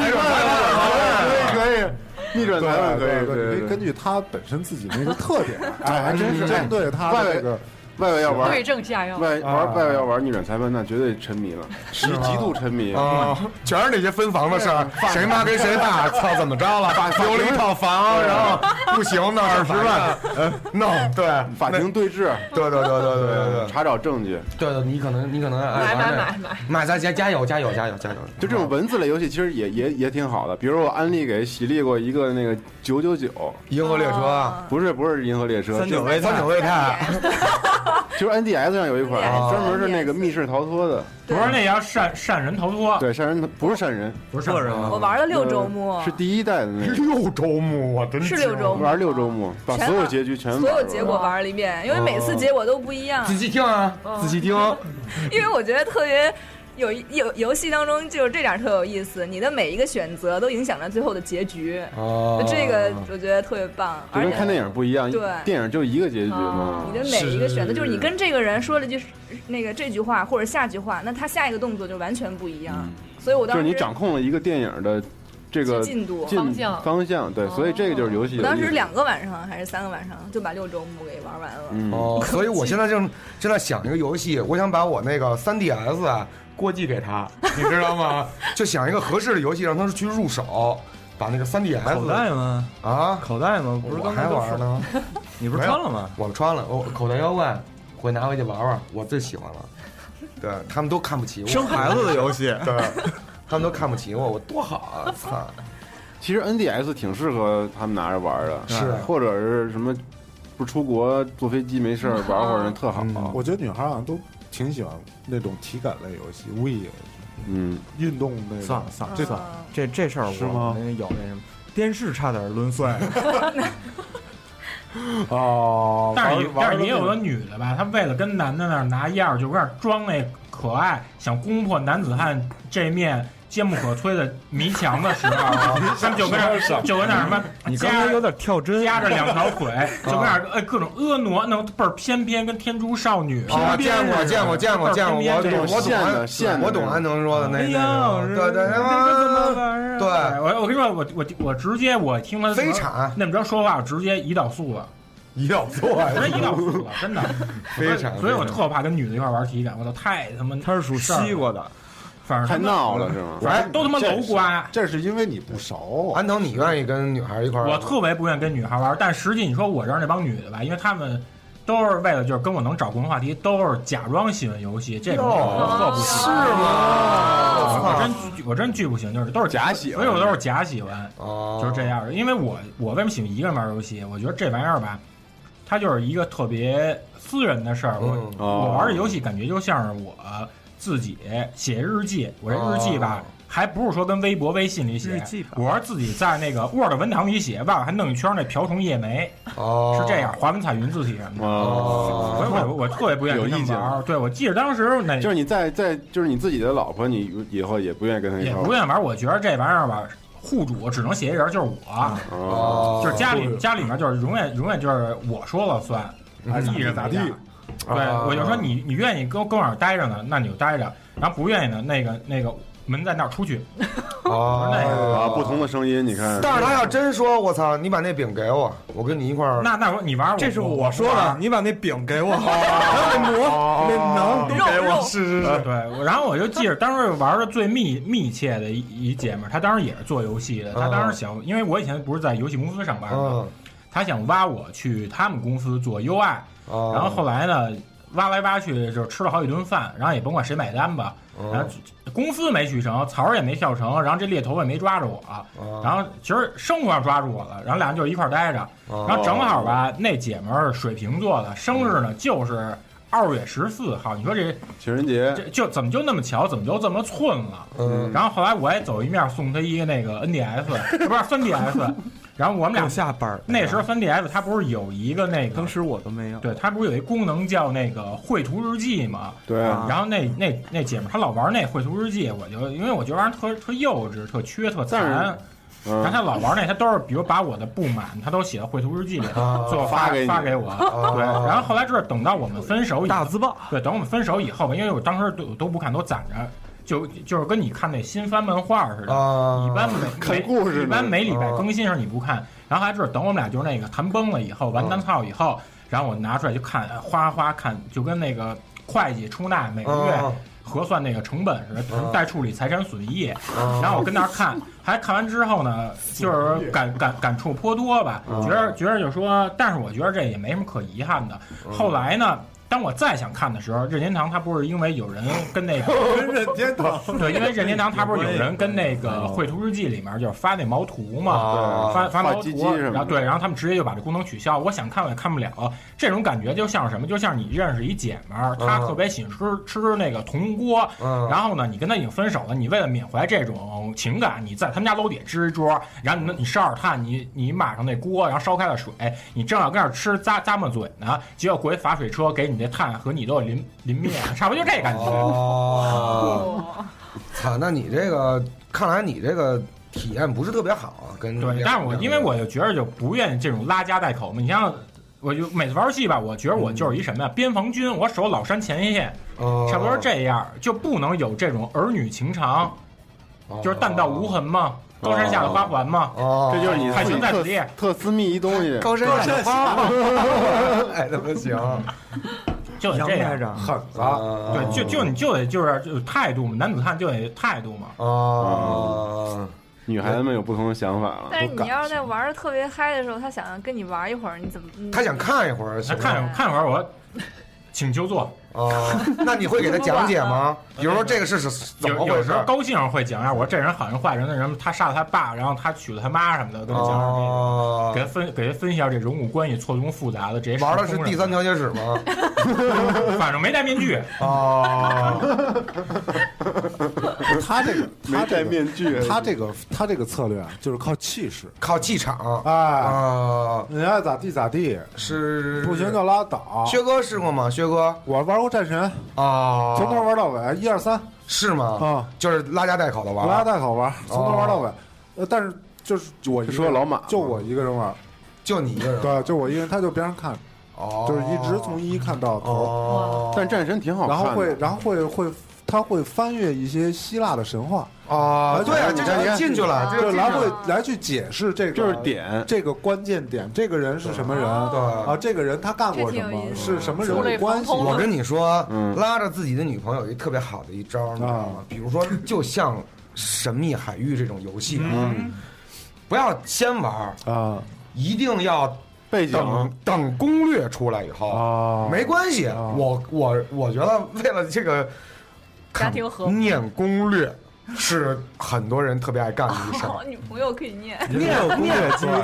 可以可以，逆转裁判可以，
对对对，你可
对
以
对
根
对。
据他本身自己那个 特点，哎，还真是
哎
针对他
外
的
围
这个
外围要 玩
对症下药。
外
啊
玩外围要玩逆转裁判，那绝对沉迷了，极极度沉迷。
啊，全是那些分房的事儿，谁妈跟谁打，操怎么着了？留了一套房，然后不行，闹二十万，呃闹对
法庭对峙，
对对对对对对对
查找证据，
对对，你可能你可能哎
买买买买，
买，咱加加油加油加油加油，
就这种文字类游戏，其实也也也挺好的。比如我安利给喜力过一个那个九九九，
银河列
哦
车、
不是不是银河列车，
三九
就
位
三
菜
井，卫泰，
就是 NDS 上有一款
NDS
专门是那个密室逃脱的，
不是那叫善善人逃脱，
对，善人不是善人，
不是
个人啊
我玩了六周目，
是第一代的那个，
六周目，我真
是六周目，
玩六周目，把所有结局全
所有
玩
结
了哦
果玩了一遍，因为每次结果都不一样。嗯
仔细听啊，仔细听，
因为我觉得特别有一有游戏当中就是这点儿特有意思，你的每一个选择都影响着最后的结局，
哦
就这个我觉得特别棒，
就
而
跟
且
看电影不一样，
对哦
电影就一个结局嘛
你。的每一个选择，就是你跟这个人说了句那个这句话或者下句话，那他下一个动作就完全不一样。
嗯
所以我
就
当
是
时
你掌控了一个电影的这个
进度哦
进
方向
方向，对，所以这个就是游戏
我
的意
当
思。
时两个晚上还是三个晚上就把六周目给玩完了。
嗯，
哦，所以我现在正正在想一个游戏，我想把我那个 3DS 啊过继给他，你知道吗？就想一个合适的游戏让他去入手，把那个 3DS
口袋吗？
啊，
口袋吗？不是
我
刚才
还
都
玩
说，
呢，
你不是穿了吗？
我穿了，我口袋妖怪回拿回去玩玩，我最喜欢了。对他们都看不起我，
生孩子的游戏，
对，他们都看不起我，我多好啊！操，
其实 NDS 挺适合他们拿着玩的，
是啊
或者是什么，不是出国坐飞机没事儿玩会儿，那特好。
嗯
我觉得女孩好像都挺喜欢那种体感类游戏，We
嗯，
运 动那种。
算了算了
嗯
算了，这这事儿
是
我
吗
那有那什么，电视差点 抡碎。
哦，
但是也
玩
但
玩
是也有
那
的
种
女的吧，她为了跟男的那儿拿样儿，就有点装那可爱，想攻破男子汉这面坚不可摧的迷墙的时候， 他们就跟那儿
啊
就跟那儿什么，
你刚才有点跳针，
夹着两条 腿，
啊
就跟那儿哎各种婀娜，那倍儿翩翩，跟天竺少女。
啊，
翩翩
见过
似的
见过见过见过，
倍儿
我
翩
懂
翩
这种线的
我懂安我懂
线的
安能说的
哎
那
呀，
那
我
个，
这
对对
这这怎么
对，
玩
对
啊？
对，我我跟你说，我我我直接我听了
飞铲
那么着说话，我直接胰岛素了。
胰岛素啊，
真胰岛素了， 真的。
非常
所以我
非常
特怕跟女的一块玩体感，我操，太他妈
他是属
事儿
西瓜的，
反正
太
他妈
闹了是吗？
反正都他妈楼瓜。
这是因为你不
啊
熟，
安藤，你愿意跟女孩一块儿？
我特别不愿意跟女孩玩，但实际你说我这儿那帮女的吧，因为她们都是为了就是跟我能找共同话题，都是假装喜欢游戏，这种我特不喜
是啊
欢。我
吗？
真拒我真拒不行，就是都是
假喜欢
所以我都是假喜欢，
哦，
就是这样。因为我我为什么喜欢一个人玩游戏？我觉得这玩意儿吧，它就是一个特别私人的事儿。我、
嗯
哦
我玩这游戏感觉就像是我自己写日记，我这日记吧，
哦
还不是说跟微博、微信里写，我是自己在那个 Word 文档里写，外边还弄一圈那瓢虫叶梅，
哦，
是这样，华文彩云字体什么的。
哦，
所以我我特别不愿意
有
跟他们
意见
玩儿。对，我记得当时那
就是你在在就是你自己的老婆，你以后也不愿意跟她一
也
块
不
儿。
愿意玩儿。我觉得这玩意儿吧，户主只能写一人，就是我，
哦，
哦，
就是家里家里面就是永远永远就是我说了算，
爱咋
一
地
人
咋
为
地
大。对，我就说你你愿意跟跟我这儿待着呢，那你就待着；然后不愿意呢，那个那个门在那儿出去。
啊，
哦，
不同的声音，你看，
但是他要真说，我操，你把那饼给我，我跟你一块儿，
那那我你玩儿，
这是
我
我说的，。你把那饼给我，还有那馍、那馕都给我，是是
我玩儿对，我然后我就记着当时玩的最密密切的一一姐们儿，她当时也是做游戏的，她当时想，因为我以前不是在游戏公司上班嘛，
嗯，
她想挖我去他们公司做 UI，
哦
然后后来呢，挖来挖去就吃了好几顿饭，然后也甭管谁买单吧，然后公司没去成，槽儿也没笑成，然后这猎头也没抓着我，
啊
哦
然后其实生活上抓住我了，然后俩人就一块儿待着，
啊
哦
然后正好吧，那姐们儿是水瓶座的，生日呢就是二月十四号，你说这
情人节
这就怎么就那么巧，怎么就这么寸了？
嗯，
然后后来我也走一面送她一个那 个 NDS，不是 3DS，然后我们俩
刚下班儿
那时候 3DS 它不是有一个那 个
当。时我都没有，
对，它不是有一功能叫那个绘图日记吗？
对啊，
然后那那那姐们儿她老玩那绘图日记，我就因为我觉得玩意儿特特幼稚、特缺、特残，
但
然
是嗯
后她老玩那，她都是比如把我的不满，她都写到绘图日记里，
啊
最后
发
发
给你
发给我。对，然后后来就是等到我们分手以
大
后，
字报，
对，等我们分手以后吧，因为我当时都都不看，都攒着，就就是跟你看那新番漫画似的，
啊，
一般每每
看故事呢
一般每礼拜更新时候你不看，然后还是等我们俩就是那个谈崩了以后，完单操以
啊
后，然后我拿出来就看，呃哗哗看，就跟那个会计出纳每个
嗯
啊
月核算那个成本似的，什么代处理财产损益，
啊
然后我跟那儿看，还看完之后呢，就是感感感触颇多吧，觉着觉着就说，但是我觉得这也没什么可遗憾的。后来呢？当我再想看的时候，任天堂它不是因为有人跟那 个
任天堂，
对，因为任天堂它不是有人跟那 个绘图日记里面就是发那毛图嘛，
啊
发发
画
毛
鸡鸡
图，
什么
然后
的
对，然后他们直接就把这功能取消。我想看我也看不了，这种感觉就像什么？就像你认识一姐们儿，她
嗯
特别喜欢吃吃那个铜锅，
嗯
然后呢，你跟她已经分手了，你为了缅怀这种情感，你在他们家楼底下支一桌，然后你那你烧点炭，你你码上那锅，然后烧开了水，你正要跟那儿吃咂咂摸嘴呢，结果过一洒水车给你这炭和你都淋淋灭了，差不多就这感觉。
哦，操，那你这个看来你这个体验不是特别好啊，跟
对，但是我因为我就觉得就不愿意这种拉家带口嘛。你像我就每次玩游戏吧，我觉得
嗯
我就是一什么呀，边防军，我守老山前线，差
差
不多这样，就不能有这种儿女情长，就是弹道无痕嘛，高山下的花环嘛，
哦，
这就是你
海
自己
豚在
特
土地。
特私密一东西，
高山下的花，哎，那不行，
就得
杨
这
台
样。嗯
长，
狠子，
啊，
对，就就你就得就是就是态度嘛，男子汉就得态度嘛。
啊，
女孩子们有不同的想法了。
但是你要是在玩的特别嗨的时候，他想跟你玩一会儿，你怎么？嗯
他想看一会儿，
那看看会儿我，请就坐。
啊，那你会给他讲解 吗？比如说这个是是怎么
有
回
有时
事？
候高兴会讲一下，我说这人好人坏人的人，他杀了他爸，然后他娶了他妈什么的，跟他讲讲这个。
哦
给，他分给他分析一下这人物关系错综复杂的这些时空
玩
上
的是第三，调解室吗？
反正没戴面具，
啊
哦，
他这个
没
他
戴
这个
面具，
他这个他这个策略啊，就是靠气势，
靠气场
哎，
啊，
你爱咋地咋地，
是
不行就拉倒。
薛哥试过吗？薛哥
我玩过战神，
啊，
从头玩到尾，一二三
是吗？
啊，
就是拉家带口的玩，哦
拉带口玩，从头玩到尾。呃，但是就是我一个
说老马嘛
就我一个人玩，
就你一个人，
对，就我一个人，他就边上看，
哦，
就是一直从一看到头，
哦，
但战神挺好
然后
看
会
的，
然后会会。他会翻阅一些希腊的神话
啊
来
对啊，
来
这就进去了，这
就
就进去
来
了
回来去解释这个，
就是点
这个关键点，这个人是什么人
哦
啊？这个人他干过什
这挺有意
么？
思
是什么人物关系？
我跟你说
嗯，
拉着自己的女朋友有一特别好的一招，你知
啊
道吗？比如说，就像《神秘海域》这种游戏，嗯，不要先玩儿，
啊
一定要
背景
等等攻略出来以后，
啊
没关系。
啊
我我我觉得为了这个
家庭和睦
念攻略是很多人特别爱干的一个事儿。
女朋友可以念，
念念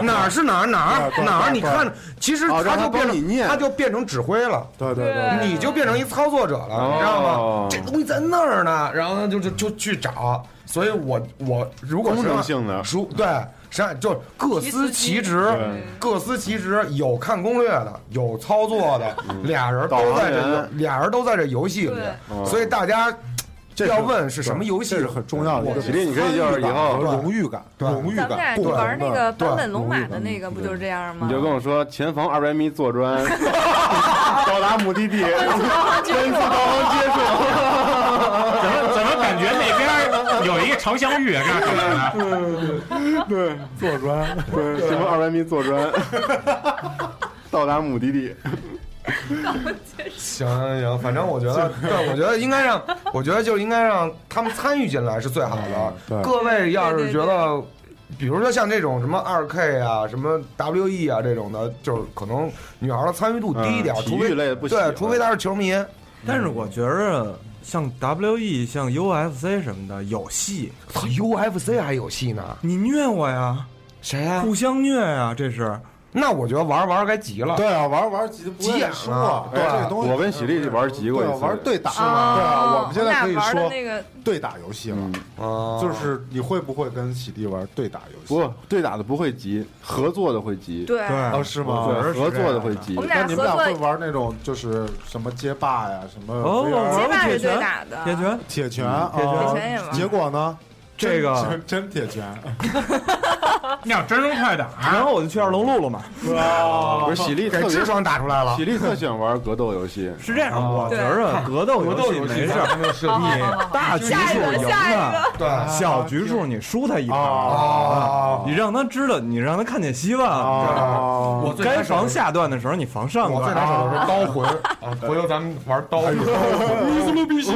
哪儿是哪儿哪
啊
儿
对对
哪儿？
对
你看，其实
哦让他
他就变
帮你
成
念
他就变成指挥了。
对对对，
你就变成一操作者了，
哦
你知道吗？这东西在那儿呢，然后呢就就就去找。所以我我如果
功
是
能性的
熟对，实际上就各司其职，各司其职，有看攻略的，有操作的，俩人都在这
导航
个
员
俩人都在这游戏里
对，
哦
所以大家
这
要问是什么游戏
这是很重要的一个
吉利，你可以就是以后
和荣誉感，
对
荣誉
咱们俩
感，
你
共同
玩那个
对
版本龙马的那个不就是这样吗？
你就跟我说前方二百米左 转，到达目的地，奔赴导航接触。
怎么怎么感觉那边儿有一个长香玉啊？这儿可能
对
坐砖，
对，前方二百米左转，到达目的地。
行行行，反正我觉 得，对，我觉得应该让，我觉得就应该让他们参与进来是最好
嗯
的。
对
各位要是觉得，比如说像这种什么二 K 啊、什么 WE 啊这种的，就是可能女孩的参与度低一点，
嗯
除
体
非
育类的不喜
对，
欢
除非她是球迷。
但是我觉着像 WE、像 UFC 什么的有戏，
操，UFC 还有戏呢？
你虐我呀，
谁呀、
互相虐呀，这是
那我觉得玩儿玩儿该急了。
对啊，玩玩急
急眼了
输啊，
对
这东西
我跟喜力去玩急过
对
一
啊
次，
玩对打
是吗
对啊，
哦
我们现在可以
那玩的
说
那个
对打游戏了
嗯，
啊，
就是你会不会跟喜力玩对打游戏？
不对打的不会急，合作的会急。
对，
哦，是吗？
我觉得
哎对，
是
合
这样
作的
的
会急
我。们
那
俩
你
合
们俩会
作
玩那种就是什么街霸呀，什么
哦
VR
我玩
街
过
霸是
铁
对
拳
打的，
铁拳。
铁拳啊，
铁拳
铁拳也玩
结果呢？
这个，
真真 铁拳，
你要真快打，
啊然后我就去二龙路 了嘛。
哦不是喜力
啊给
特
痔
别，
疮打出来了啊
喜。力特喜欢玩格斗游戏。
是这
啊
样， 我觉
对
着格斗
格
游
斗
戏
游戏
没事儿，
就是
哦
你大局
下一
数
个
赢
下一
了
个。
对哦啊
小局数你输他一盘，
啊
你让他知道，你让他看见希望。你知道吗
哦
我最拿
该
手
防
的是
下段的时候你防上
我最拿
段，哎
手的是刀魂啊，回头咱们玩刀魂，乌斯鲁必须。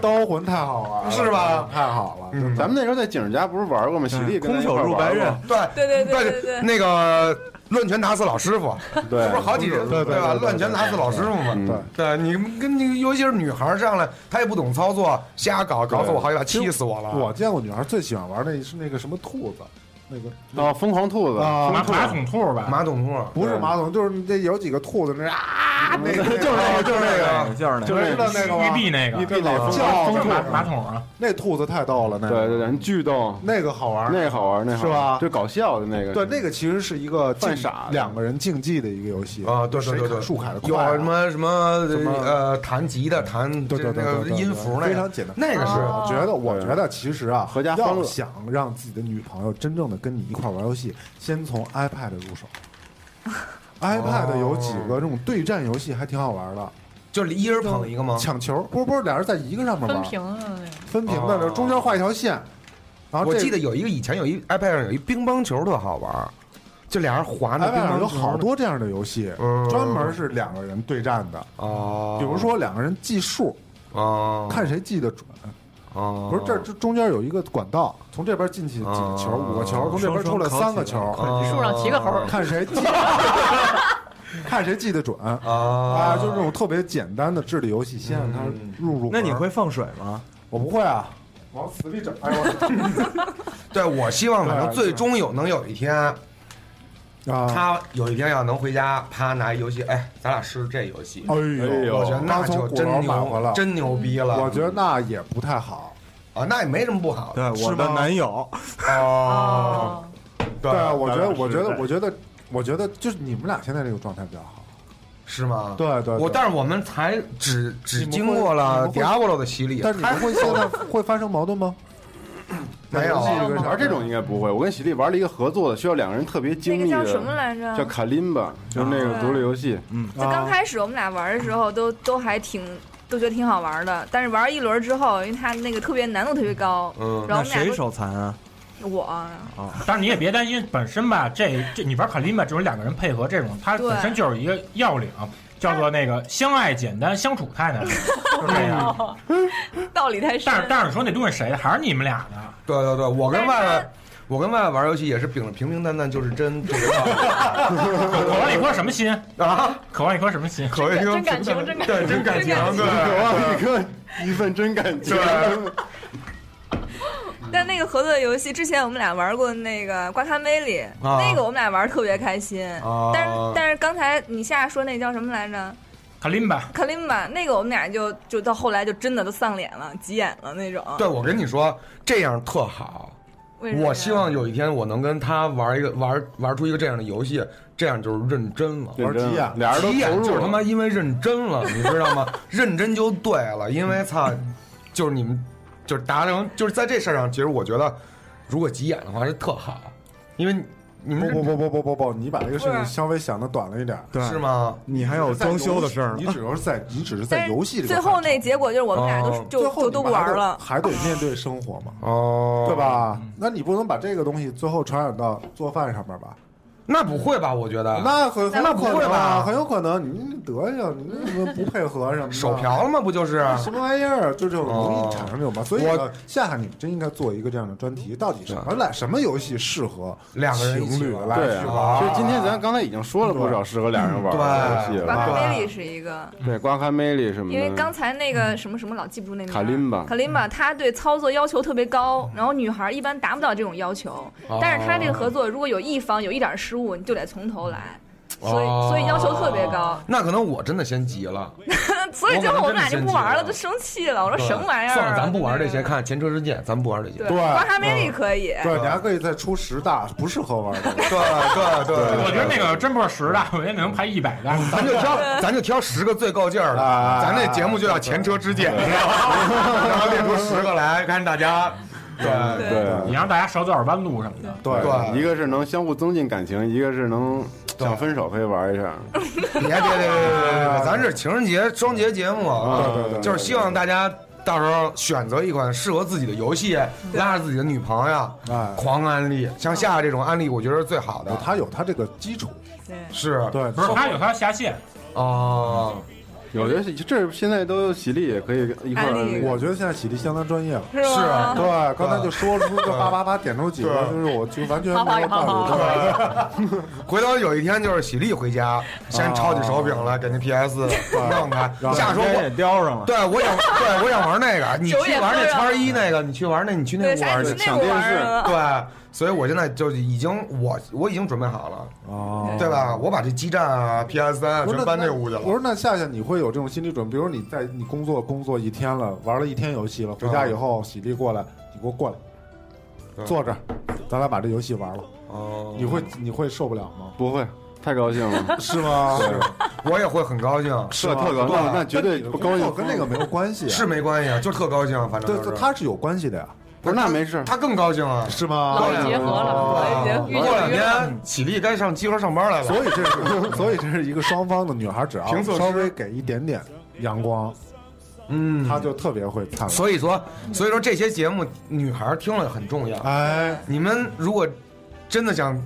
刀魂太好玩了，
是吧嗯
太好了，真的
咱们那时候在景儿家不是玩过吗？喜力跟
空
咱一块
手
儿
入白
玩过
刃，，
对
对对对对
对
对
那个乱拳打死老师傅，
对
是不是好几 人
对对对
吧？
对对
乱拳打死老师傅嘛，
嗯
对
对你们跟那个，尤其是女孩上来，她也不懂操作，瞎搞，搞死我好几把，
其实
气死我了。
我见过女孩最喜欢玩的是那个什么兔子，那个
哦
啊，疯狂兔子，
啊，
马马桶兔吧，
马桶兔，
不是马桶，就是那有几个兔子那啊，那 个
就是那个，就是那
那
个
个，就是那
就
个，
是那个
玉
吧
璧那个，
一
就
被老
叫
是
兔
马
子
马桶啊，
那兔子太逗了，那
对
个
对对，巨动，
那个好玩，
那好玩，那好
是
玩
吧
就搞笑的那个，
对，那个其实是一个竞
犯傻的
两个人竞技的一个游戏
啊，对对对对，
树凯的
有
快啊
什么什么
么嗯
呃弹吉的弹，
对对对
那
对
个
对，
音符那
非
个
常，简单。
那个是哦
我觉得，我觉得其实啊，
哦合家欢
要
乐
想让自己的女朋友真正的跟你一块玩游戏，先从 iPad 入 手。iPad 有几个这种对战游戏还挺好玩的，
哦就是一人捧一个吗？
抢球，不是不是，俩人在一个上面
分
玩，
屏
啊
的那种，
分屏的，
哦
这中间画一条线，然后
我
这嗯
记得有一个以前有一 iPad 上有一乒乓球特好玩儿，就俩人滑那乒
iPad
乓
上
球，
有好多这样的游戏，
嗯
专门是两个人对战的，
哦，
比如说两个人计数，
哦，
看谁记得准。
哦，
不是这这中间有一个管道，从这边进去几个球，
哦
五个球，从这边出来三个球，
哦
树上骑个猴儿
看谁记， 看谁记得准啊！
啊，
就是这种特别简单的智力游戏，先让他
嗯
入入门。
那你会放水吗？
我不会啊，往死里整！哎
对我希望反正
对啊
最终有能有一天，
我啊！
他有一天要能回家，啪拿一游戏，哎，咱俩试试这游戏，
哎
哎
呦，
呦
我觉得那
刚从
就
鼓
真
楼买回
牛
来，
真牛逼了，
我觉得那也不太好。
啊，那也没什么不好
对，
的，
我的男友，
哦，对
对啊，我觉得，我觉
咱
得，
俩
我觉得，我觉得就是你们俩现在这个状态比较好。
是吗？
对对对
我但是我们才只只
你们会
经过了
你们会
Diablo 的洗礼，
但是你们会现在会发生矛盾吗？
没有啊
在游戏里边
玩这种应该不会。我跟喜力玩了一个合作的，需要两个人特别
那
精
个
密
叫什么
的，
来着？啊
叫
嗯
卡林吧，就是那个独立游戏。
就刚开始我们俩玩的时候都，都还挺都觉得挺好玩的。但是玩一轮之后，因为它那个特别难度特别高，
嗯
然
那
后我们俩
谁
都
手残啊？哦
我
但是你也别担心，本身吧，这这你玩卡琳吧，这种两个人配合这种，它
对
本身就是一个要领，叫做那个相爱简单，相处太
嗯
难，就是这样。
道理太深
但。是但是你说那东西谁还是你们俩呢？
对对对，我跟
但
外
是
外，我跟外外玩游戏也是秉着平平淡淡就是真这 个道
渴望一颗什么心？
理啊，
渴望一颗什么心？
可谓
真感情，真感情。
对真感情，对
渴望一个一份真感情。
但那个合作的游戏之前我们俩玩过那个《瓜咖梅里》，
啊
那个我们俩玩得特别开心。
啊，
但是但是刚才你夏说那叫什么来着？
卡琳吧，
卡琳吧，那个我们俩就就到后来就真的都丧脸了，急眼了那种。
对我跟你说这样特好，
为什么呀
我希望有一天我能跟他玩一个玩玩出一个这样的游戏，这样就是认真了。
认
玩急
真
眼
俩人都
急
投
眼就
入
是他妈
了。
因为认真了，你知道吗？认真就对了，因为操， 就是你们就是达成就是在这事儿上，其实我觉得如果急眼的话是特好，因为你们
不不不不不不不，你把这个事
不
情
是
稍微想的短了一点儿。
对，
是吗？
你还有装修的事儿
你
呢，
只是在你只是在
但是
游戏里
最
边发
后
展，
那结果就是我们俩都、
哦
就
最后
就
你
都
们
不
还啊
玩
得
了。
还得面对生活嘛，
哦，
对？吧？那你不能把这个东西最后传染到做饭上面吧？那
那不会吧？我觉得
那很很
那
有
不
可
会
能
吧
啊，很有可能你德行，你怎 么不配合什么的？
手瓢了吗？不就是？
什么玩意儿？就这种容
哦
易产生这种吧。所以
我
呢，夏夏，你们真应该做一个这样的专题，到底什么来什么游戏适合
两个人一
情
起
侣
玩嗯
来
对
去
啊
玩？
啊，就是今天咱刚才已经说了不少适合俩人玩的游戏
瓜
了，
咖梅里是一个，
对瓜咖梅里
嗯
什么
因为刚
的，
才那个什么什么老记不住那名儿
卡琳吧
卡琳吧，她对操作要求特别高，然后女孩一般达不到这种要求。
哦
但是她这个合作，如果有一方有一点失误，你就得从头来，所以
哦
所以要求特别高。
那可能我真的先急了，
所以最后我们俩就不玩了，
我感觉真的先急了
都生气了。我说什么玩意儿啊？
算了，咱不玩这些，
对
看前车之鉴，咱不玩这些。
对，
对
瓜咖梅里
嗯
可以。
对，你还可以再出十大不适合玩的。
对对对，
我觉得那个真不是十的，我觉得能排一百个。
咱就挑，咱就挑十个最够劲儿的，
啊
咱这节目就叫前车之鉴，然后列出十个来看大家。对
对
你让大家少走点弯路什么的。
对
对
一个是能相互增进感情，一个是能想分手可以玩一下。
你还别别别别别别，咱是情人节、双节节目，啊
对对对
就是希望大家到时候选择一款适合自己的游戏，拉着自己的女朋友，
哎，哦
狂安利。像夏夏这种安利，我觉得是最好的。
它有它这个基础，
对
是
对，
不是，他有他下线，
哦，
有的是这现在都喜力也可以一块儿
安利
我
我觉得现在喜力相当专业了。啊
是吗？
啊
对，刚才就说了出个叭叭叭，点出几个，就是我就完全
好好
没有道理。对
回头有一天就是喜力回家，先抄起手柄来给那 PS 弄开。夏说
天
我
也叼上了。
对，我想，对，我想玩那个，你去玩那叉一那个，你去玩那，你去那
对，
屋
啥
玩
你
去
去。那
抢
屋
电
玩啊
视
了？
对，所以我现在就已经我我已经准备好了，
哦
对吧？我把这基站啊、PS 三啊
不是
全
那
搬那屋去了
我。说那夏夏，你会有这种心理准备？比如你在你工作工作一天了，玩了一天游戏了，回家以后喜力过来，你给我过来，
嗯
坐这儿，咱俩把这游戏玩了，
哦
你会你会受不了吗？
不会，太高兴 了，
是吗？
我也会很高兴，
是啊特高兴，那那绝对
你的
不
工
高
作
兴
跟那个没有关系啊，
是没关系啊，就特高兴，反
对
正，就是
它是有关系的呀，
不是那没事，
他更高兴啊。
是吗？
老结合了，
对
老结
过两天喜力该上集合上班来了，
所以这是， 所以这是一个双方的女孩，只要
评测师
稍微给一点点阳光，
嗯，
她就特别会灿烂。
所以说，所以说这些节目女孩儿听了很重要。
哎
你们如果真的想，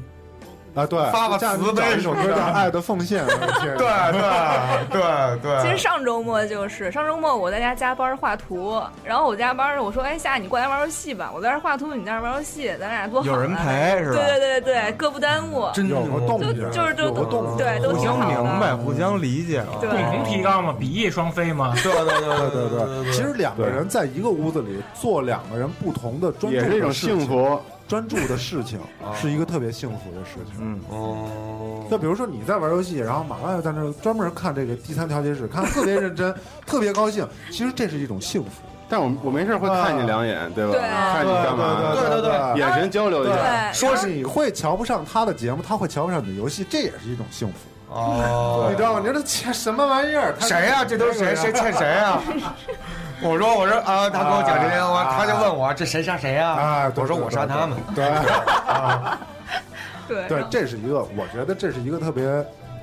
啊，对，
发吧
这样
慈悲
找一首歌叫《爱的奉献》，我的天
对对对
其实
对，
上周末就是上周末，我在家加班画图，然后我加班，我说：“哎，夏，你过来玩游戏吧，我在这画图，你在这玩游戏，咱俩多好。”
有人陪是
对
吧？
对对对，各不耽误。
真
有个动嗯
静。
就
静，
就是就
有个动静，
对，都
互
挺
相
好的。
明白，互相理解啊。
对
共同提高嘛，比翼双飞嘛。
对对对
对对对，其实两个人在一个屋子里做两个人不同的专注
也是一种
的事情
幸，福。啊
专注的事情是一个特别幸福的事情。
嗯，
哦
就比如说你在玩游戏，然后马外在那儿专门看这个第三调节室，看得特别认真， 特别高兴。其实这是一种幸福。啊
但我我没事会看你两眼，对吧？
对
看你干嘛，
对对对
眼神交流一下。
对，
说是你会瞧不上他的节目，他会瞧不上你的游戏，这也是一种幸福，
哦，
你知道吗？你说这切什么玩意儿？他
谁呀、这都是谁？谁欠谁啊呀、我说我说啊，他跟我讲这些，我他就问我这谁杀谁呀、
啊，对
我说我杀他们。。
对
对
对对，这是一个，我觉得这是一个特别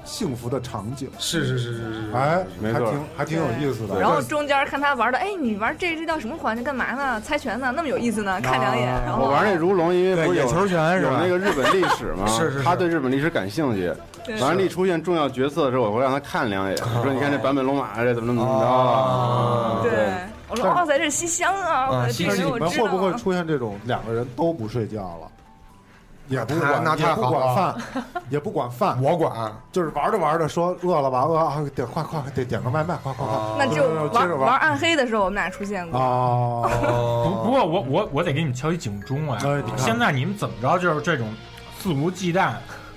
幸福的场景。
是是是是是，
哎，
没
还
错
挺还挺有意思的。
然后中间看他玩的，哎，你玩这这叫什么环节？干嘛呢？猜拳呢？那么有意思呢？看两眼，
啊
然后
我玩那如龙，因为
对
不是有
野球拳是
有
吧
那个日本历史 嘛，
是是是
他对日本历史感兴趣。
对
完了，一出现重要角色的时候，我会让他看两眼，我说：“你看这版本龙马这怎么怎么怎么着啊？”
对，我说哇塞，这是西乡啊！我
啊
的
西
这
但
乡
是
人
你
我
们
知
会不
道
会
啊。
出现这种两个人都不睡觉了，也不
那
管
那
也
太
不
好
管
了
饭，也不管饭，
我管，
就是玩着玩着说饿了吧，饿了啊，点快快快得点个外卖，快快快。
那就
接着
玩
玩
玩暗黑的时候，我们俩出现过。
哦，
不
哦
不过我我我得给你们敲一警钟啊
哎你！看
现在你们怎么着就是这种肆无忌惮。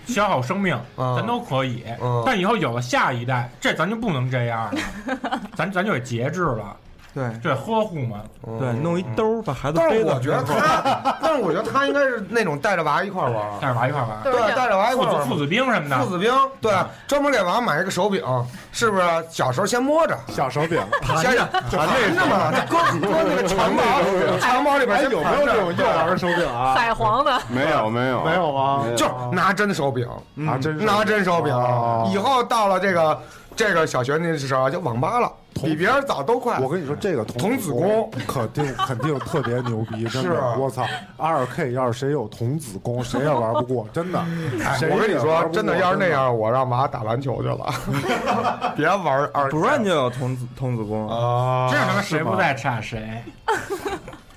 消耗生命，
嗯
咱都可以，
嗯
但以后有了下一代，这咱就不能这样 了，咱咱就得节制了，
对
对，呵护嘛。
嗯
对，弄一兜儿把孩子
但
背
是
到
我觉得他，但是我觉得他应该是那种带着娃一块儿玩儿，
带着娃一块玩，
对
对，带着娃一
父
块儿玩
子
儿
父子兵什么
父
的，嗯
子兵，对，专门给娃买一个手柄，是不是？小时候先摸着，
小手柄，
先盘着嘛，搁 搁那个长毛长毛里边
哎，
先
有没
盘
有
着
这种幼儿手 柄啊？
彩黄的，
没有没有
没有吗？嗯
没有
就是拿真手柄，
拿真
拿真手柄
哦，
以后到了这个这个小学那时候就网吧了，比别人早都快。
我跟你说，这个童
童子功
肯定肯定特别牛逼，真
是啊
的！我操，二 K 要是谁有童子 功，谁也玩不过，真的。
哎
谁
我跟
也
你
玩
说，
不过
真的要是那，样，我让娃打篮球去了，别玩二
不然就有童子童子功了。
啊
这他妈谁不在差谁。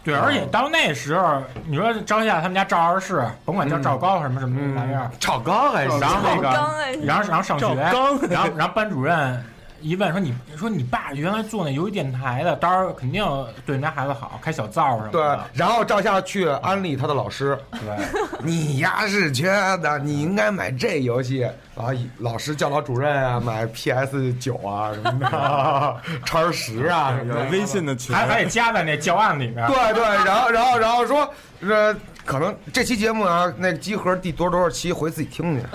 对，而且到那时候，你说张夏他们家赵二世，甭管叫赵高什么什么玩意儿，
炒嗯高还
然后那
赵刚哎
个，然后然后上学，
赵刚
然后然后班主任一问说你说你爸原来做那游戏电台的，当然肯定对人家孩子好，开小灶什么
对
的，，
然后赵夏去安利他的老师，
嗯
对，
你呀是缺的，你应该买这游戏。然后老师教导主任啊，买 PS 九啊什么 的，叉十啊什么的
有。微信的群，
还还得加在那教案里边。
对对，然后然后然后说，呃，可能这期节目啊，那个集合第多少多少期回自己 听去。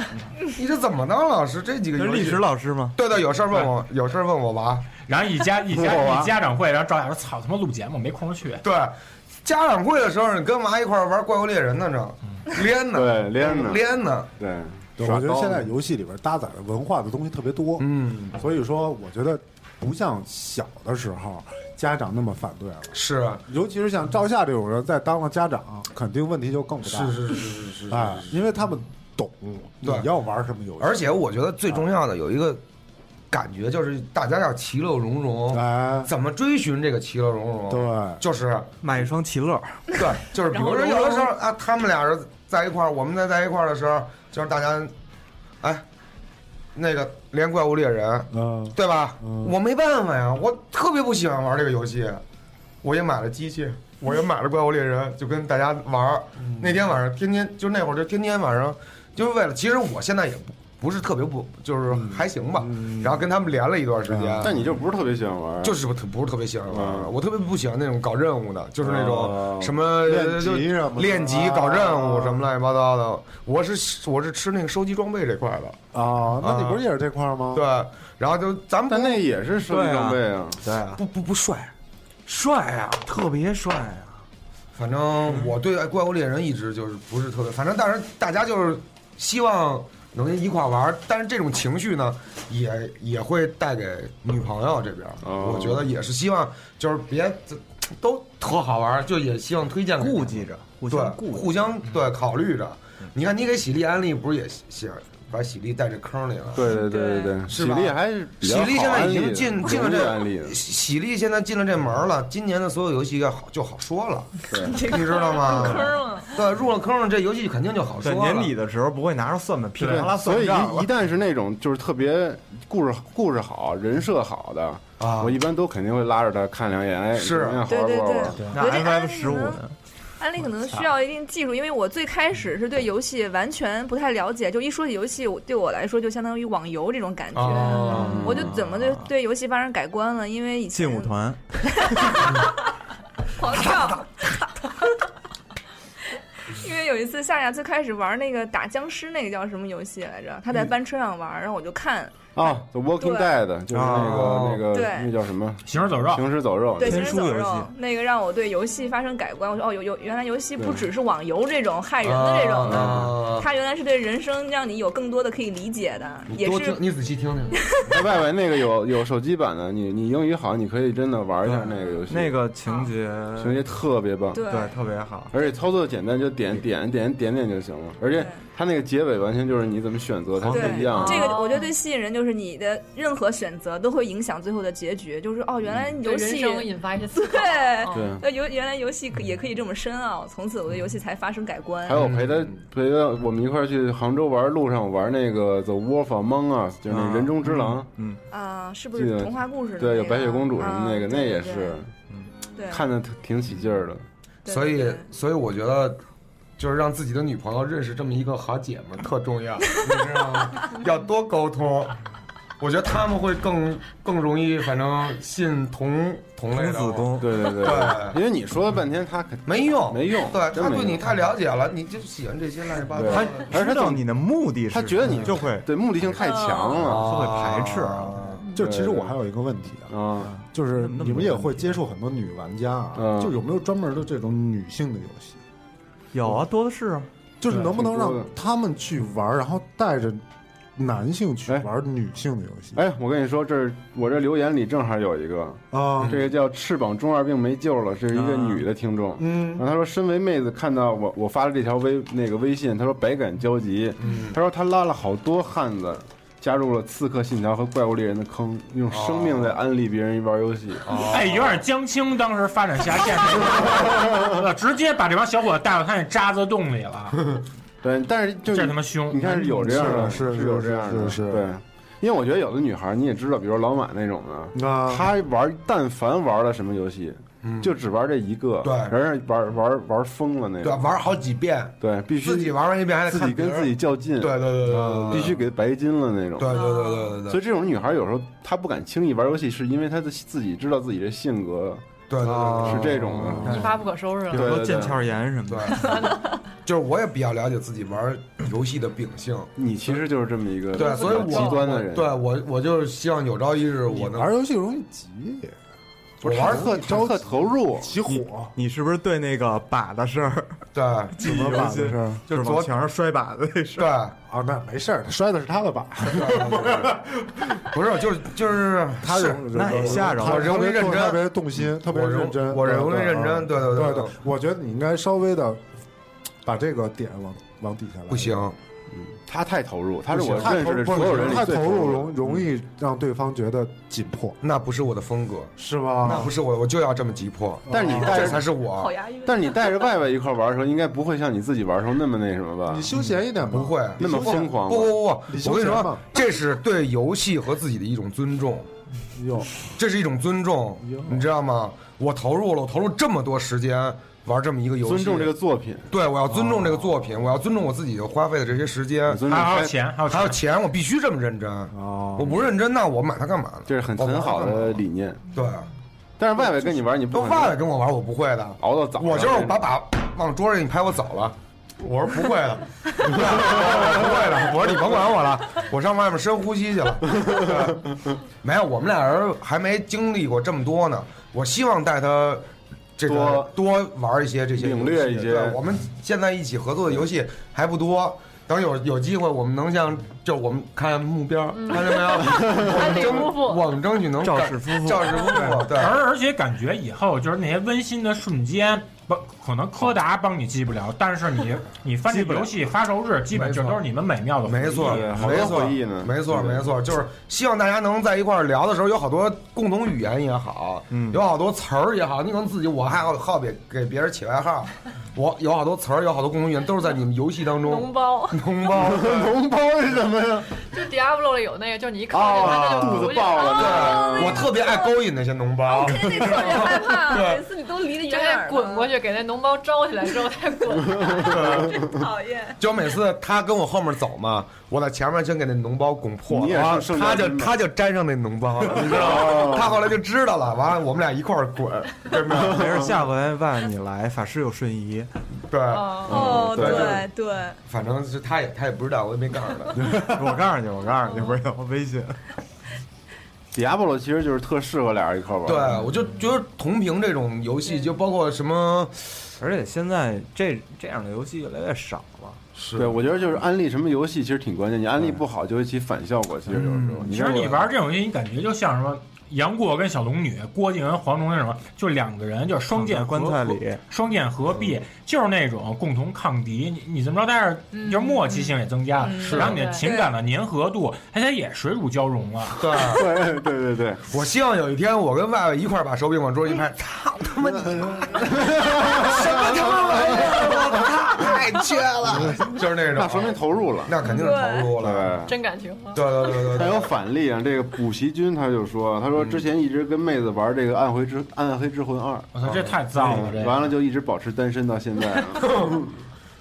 你这怎么当老师？这几个
这
游
是
戏
历史老师吗？
对对，有事儿问我，有事儿问我娃。
然后一家一家
我啊
一家长会，然后赵夏说：“操他妈录节目没空去。
对，家长会的时候，你跟娃一块儿玩《怪物猎人》呢，正
嗯
连呢，
对连呢
连呢，
对，
对
耍
我觉得
刀
现在游戏里边搭载的文化的东西特别多，
嗯，
所以说我觉得不像小的时候家长那么反对了。
是啊
尤其是像赵夏这种人，再当了家长，肯定问题就更不大。
是是是是是
啊
哎，
是，
因为他们懂你
对
要玩什么游戏，
而且我觉得最重要的有一个感觉，就是大家要其乐融融，
哎，
怎么追寻这个其乐融融？
对，
就是
买一双奇乐，
对，就是比如说有的时候啊，他们俩人在一块儿，我们在在一块儿的时候，就是大家，哎，那个连怪物猎人，
嗯，
对吧？
嗯
我没办法呀，我特别不喜欢玩这个游戏，我也买了机器，我也买了怪物猎人，就跟大家玩儿。
嗯
那天晚上天天就那会儿就天天晚上，就是为了，其实我现在也不不是特别不，就是
嗯
还行吧。然后跟他们连了一段时间，
啊
但你就不是特别喜欢玩，
就是不特不是特别喜欢玩儿，
嗯
我特别不喜欢那种搞任务的，就是那
哦
种什么
啊练级
就
什么的啊
练级搞任务什么乱七八糟的。我是我是吃那个收集装备这块的，
啊，那你不是也是这块儿吗？
对，然后就咱们
但那也是收集装备啊。
对啊，
不不不帅，
帅啊，特别帅啊！
反正我对怪物猎人一直就是不是特别，反正但是大家就是希望能一块儿玩儿，但是这种情绪呢，也也会带给女朋友这边儿，
哦
我觉得也是希望就是别都特好玩儿，就也希望推荐给
顾忌着互
对
相顾嗯忌
互相对考虑着。你看，你给喜力安利不是也想把喜力带这坑里了？
对对对对对，喜
是吧
力还是比
喜
较
力现
好
在
安
已
利
经
的
进进了
容易安利的
这，喜喜力现在进了这门儿了。今年的所有游戏要好就好说了，你知道吗？
坑了。
对，入了坑了，这游戏肯定就好说
对，
了。
年底的时候不会拿着算盘噼里啪啦
对，所
算
以
账
一一
了。
旦是那种就是特别故事故事好、人设好的，
啊
我一般都肯定会拉着他看两眼，哎，
是
怎么样好
对
玩
对
不好
对
玩？，
那
我觉得
FF
安
十
利
五
呢
呢？
安利可能需要一定技术，因为我最开始是对游戏完全不太了解，就一说起游戏，我对我来说就相当于网游这种感觉。
啊，
我就怎么对对游戏发生改观了？因为以前
劲舞团，
狂跳，因为为有一次夏夏最开始玩那个打僵尸那个叫什么游戏来着，他在班车上玩，然后我就看，
啊，The Walking
对
Dead 就是那
哦
个那个
对
那叫什么？
行尸走肉，
行尸走
哦
肉。
对《行
天
尸
书
走
游
肉
戏》
那个让我对游戏发生改观。我说哦，有有，原来游戏不只是网游这种害人的这种的，
啊
它原来是对人生让你有更多的可以理解的，也
多
是
听，你仔细听听。
哎外围那个有有手机版的，你你英语好，你可以真的玩一下
对
那个游戏，
那个情节，
情节特别棒。
对
对特别好。
而且操作简单，就点点点点点就行了。而且
对
它那个结尾完全就是你怎么选择，它是不一样的。啊
这个我
嗯
觉得最吸引人就是你的任何选择都会影响最后的结局，就是哦，原来游
嗯对人
戏
生引发一些思考。
对
嗯
对，
那游原来游戏可也可以这么深奥，从此我对游戏才发生改观
还。有
嗯
陪他
嗯
陪他我们一块儿去杭州玩，路上玩那个《The Wolf Among Us》，就是那
啊
人中之狼，
嗯，
啊，是不
记
是
得
童话故事的那个？
对，有白雪公主什么那个，
啊
那也是
对，
看着挺起劲儿的。
对
所
对
以
对，
所以我觉得，就是让自己的女朋友认识这么一个好姐们儿特重要，你知道吗？要多沟通。我觉得他们会更更容易，反正信同同类的。
童子功，
对对对，
对，
因为你说了半天，他肯
没用，
没用
对
真
他
没
对你
用
太了解了，你就喜欢这些乱七八糟
对
的。
而且
知
他
道
总
你的目的是什
他
么，
觉得你
就会
对目的性太强啊了
嗯会排斥
啊
哦就是其实我还有一个问题啊，
啊。
就是
那么
你们也会接触很多女玩家啊
嗯，
就有没有专门的这种女性的游戏？
有啊，多的是啊。
就是能不能
挺多
让
的
他们去玩，然后带着男性去
哎
玩女性的游戏？
哎，我跟你说，这儿我这留言里正好有一个，
啊，
这个叫“翅膀中二病没救了”，这是一个女的听
啊
众。
嗯
然后她说，身为妹子，看到我我发了这条微那个微信，她说百感交集。
嗯
她说她拉了好多汉子，加入了《刺客信条》和《怪物猎人》的坑，用生命
哦
在安利别人玩游戏。
哎，有点江青当时发展下线， 呃直接把这帮小伙子带到他那渣子洞里了，
对，但是就
这
是
他妈凶
你！看是有这样的，
是是
有这样
是
的，
是是
对。因为我觉得有的女孩儿你也知道，比如老马那种的，
啊，
他玩但凡玩了什么游戏，就只玩这一个，
嗯对
然后玩玩玩疯了那
对，
种，
玩好几遍，
对，必须
自己玩完一遍还得
自
看
己跟
别人
自己。较劲，啊
对对对对对，对
必须。给白金了那种。
对对对对对对，
所以这种女孩有时候她不敢轻易玩游戏，是因为她的自己知道自己的性格
对对对
啊
啊
是
对
这种的。
一发不可收拾
对
了。
比如说腱鞘炎什么的，
对， 就是我也比较了解自己玩游戏的秉性，
你其实就是这么一个
对，所以我
比较极端的人。
对我我就是希望有朝一日我能
玩游戏容易急，
我玩特特投入，
起火，
你是不是对那个靶的事儿，
对
怎么把的事儿？
就是
昨
往墙上摔靶的那事儿，
对，
啊，那没事儿，摔的是他的吧？
不是就是就是
他
是
容
那也吓着了
他
我容
他
易
别
认真
特别动
嗯
心，特别
我容
认真，
我
对
容易
对
认真
啊
对对
对
对
对
对，
我觉得你应该稍微的把这个点往往底下来，
不行，
她嗯太投入，她
不
是
行，
我
太
认
投
识的
不是
所有人里
太
最
投入容
的嗯
容易让对方觉得紧迫，
那不是我的风格，
是
那
吧？
不是我，我就要这么急迫，
但是你带
哦这
着
才是我
嗯好，押韵。
但是你带着外外一块玩的时候，应该不会像你自己玩的时候那么那什么吧
你？休闲一点吧，
不会
那么疯狂啊
不
吗？
不不
李
不，
修
我跟你
贤
说
嘛，
这是对游戏和自己的一种尊重。
哟，
这是一种尊重
哟，
你知道吗？我投入了，我投入这么多时间玩这么一个游戏，
尊重这个，作品，
对我要尊重这个作品，我要尊重我自己花费的这些时间，
尊重
还有还
开
有，钱，还有
还有
钱，
钱，我必须这么认真。
哦
我不认真，那我买它干嘛呢？
这是很
我玩
很
它干
好
嘛
的理念。
对，
但是外围跟你玩，你
都
不可
外
能
围跟我玩，我不会的。
熬到早上。
我就是把把往桌上一拍，我走了。我说 不会的，我说不会的。我说你甭管我了，我上外面深呼吸去了。 对没有，我们俩人还没经历过这么多呢。我希望带他这个多玩一些这些游戏
领略一些
对，我们现在一起合作的游戏还不多。等有有机会，我们能像就我们看目标，看见没有？ 我们
李
争
嗯夫妇
我们争取能
肇
干
事夫妇
肇事夫妇 对。
而而且感觉以后就是那些温馨的瞬间，不可能柯达帮你记不了，但是你你翻这
记不了
游戏发售日，基本这都是你们美妙的回忆
没错，
对哦好
没
多
错
回忆呢
没错，
对
没错，就是希望大家能在一块儿聊的时候，有好多共同语言也好，
嗯
有好多词儿也好，你可能自己我还好好给给别人起外号，我有好多词儿，有好多共同语言，都是在你们游戏当
脓
中。
包，
脓 包，
脓包是什么呀？
就 Diablo 里有那个，就是你一靠近它，
哦，
它就
肚
出
子
去
爆
了，
了，
对，我特别爱勾引那些脓包。
那 特
啊
别害怕，
对
每次你都离得
就
远远
得
的
滚过，去，给那脓包招起来之后再滚。
讨厌。
就每次他跟我后面走嘛，我在前面先给那脓包拱破了，
你也是
完了
圣
他
诞
就
人吧
他就粘上那脓包 了，你知道 吗？他后来就知 道了，完了我们俩一块儿滚，真的。
没事，下回万你来，法师有瞬移，
对，嗯
嗯
哦，对对，
反正是他也他也不知道，我也没告诉他。
我告诉你，我告诉你，不是有微信，
Diablo 其实就是特适合俩人一块玩。
对，我就觉得同屏这种游戏，就包括什么，
而且现在这这样的游戏越来越少了。
是
对，我觉得就是安利什么游戏其实挺关键，你安利不好就会起反效果，其实有时
嗯
候。
嗯其
看
实
我
你玩这种游戏，你感觉就像什么杨过跟小龙女、郭靖跟黄蓉那什么，就两个人就是双剑合
棺材里，
双剑合璧，就是那种共同抗敌。你你怎么着？但是就是默契性也增加了，
嗯
然后你的
对
情感的粘合度，哎，它也水乳交融啊了。
对，
对 对对对，
我希望有一天我跟外外一块儿把手柄往桌上一拍，操他妈你妈，什么
啊
他妈玩意儿，我操太 缺了，就是那
那说明
种，
投入了。
那肯定是投入了。
对。
真感情吗？
对对对对
还
嗯对，
有反例啊，这个补习君他就说，他说之前一直跟妹子玩这个《暗黑之暗黑之魂二嗯
我操，这太燥了！》，这
完了就一直保持单身到现在 啊。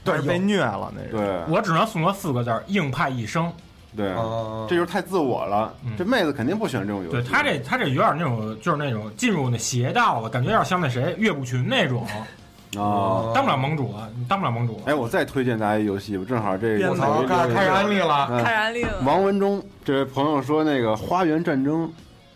对，被虐了那是。
对
我只能送他四个字儿：硬派一生。
对，
啊，
这就是太自我了。
嗯
这妹子肯定不喜欢这种游戏。
对他这他这有点那种，就是那种进入那邪道了，感觉有点像那谁岳不群那种，
啊，
当不了盟主了，你当不了盟主了。啊
哎，我再推荐大家一游戏吧，正好这
我操，开开始安利了，
嗯
开始安利了，
王文忠这位朋友说那个《花园战争》，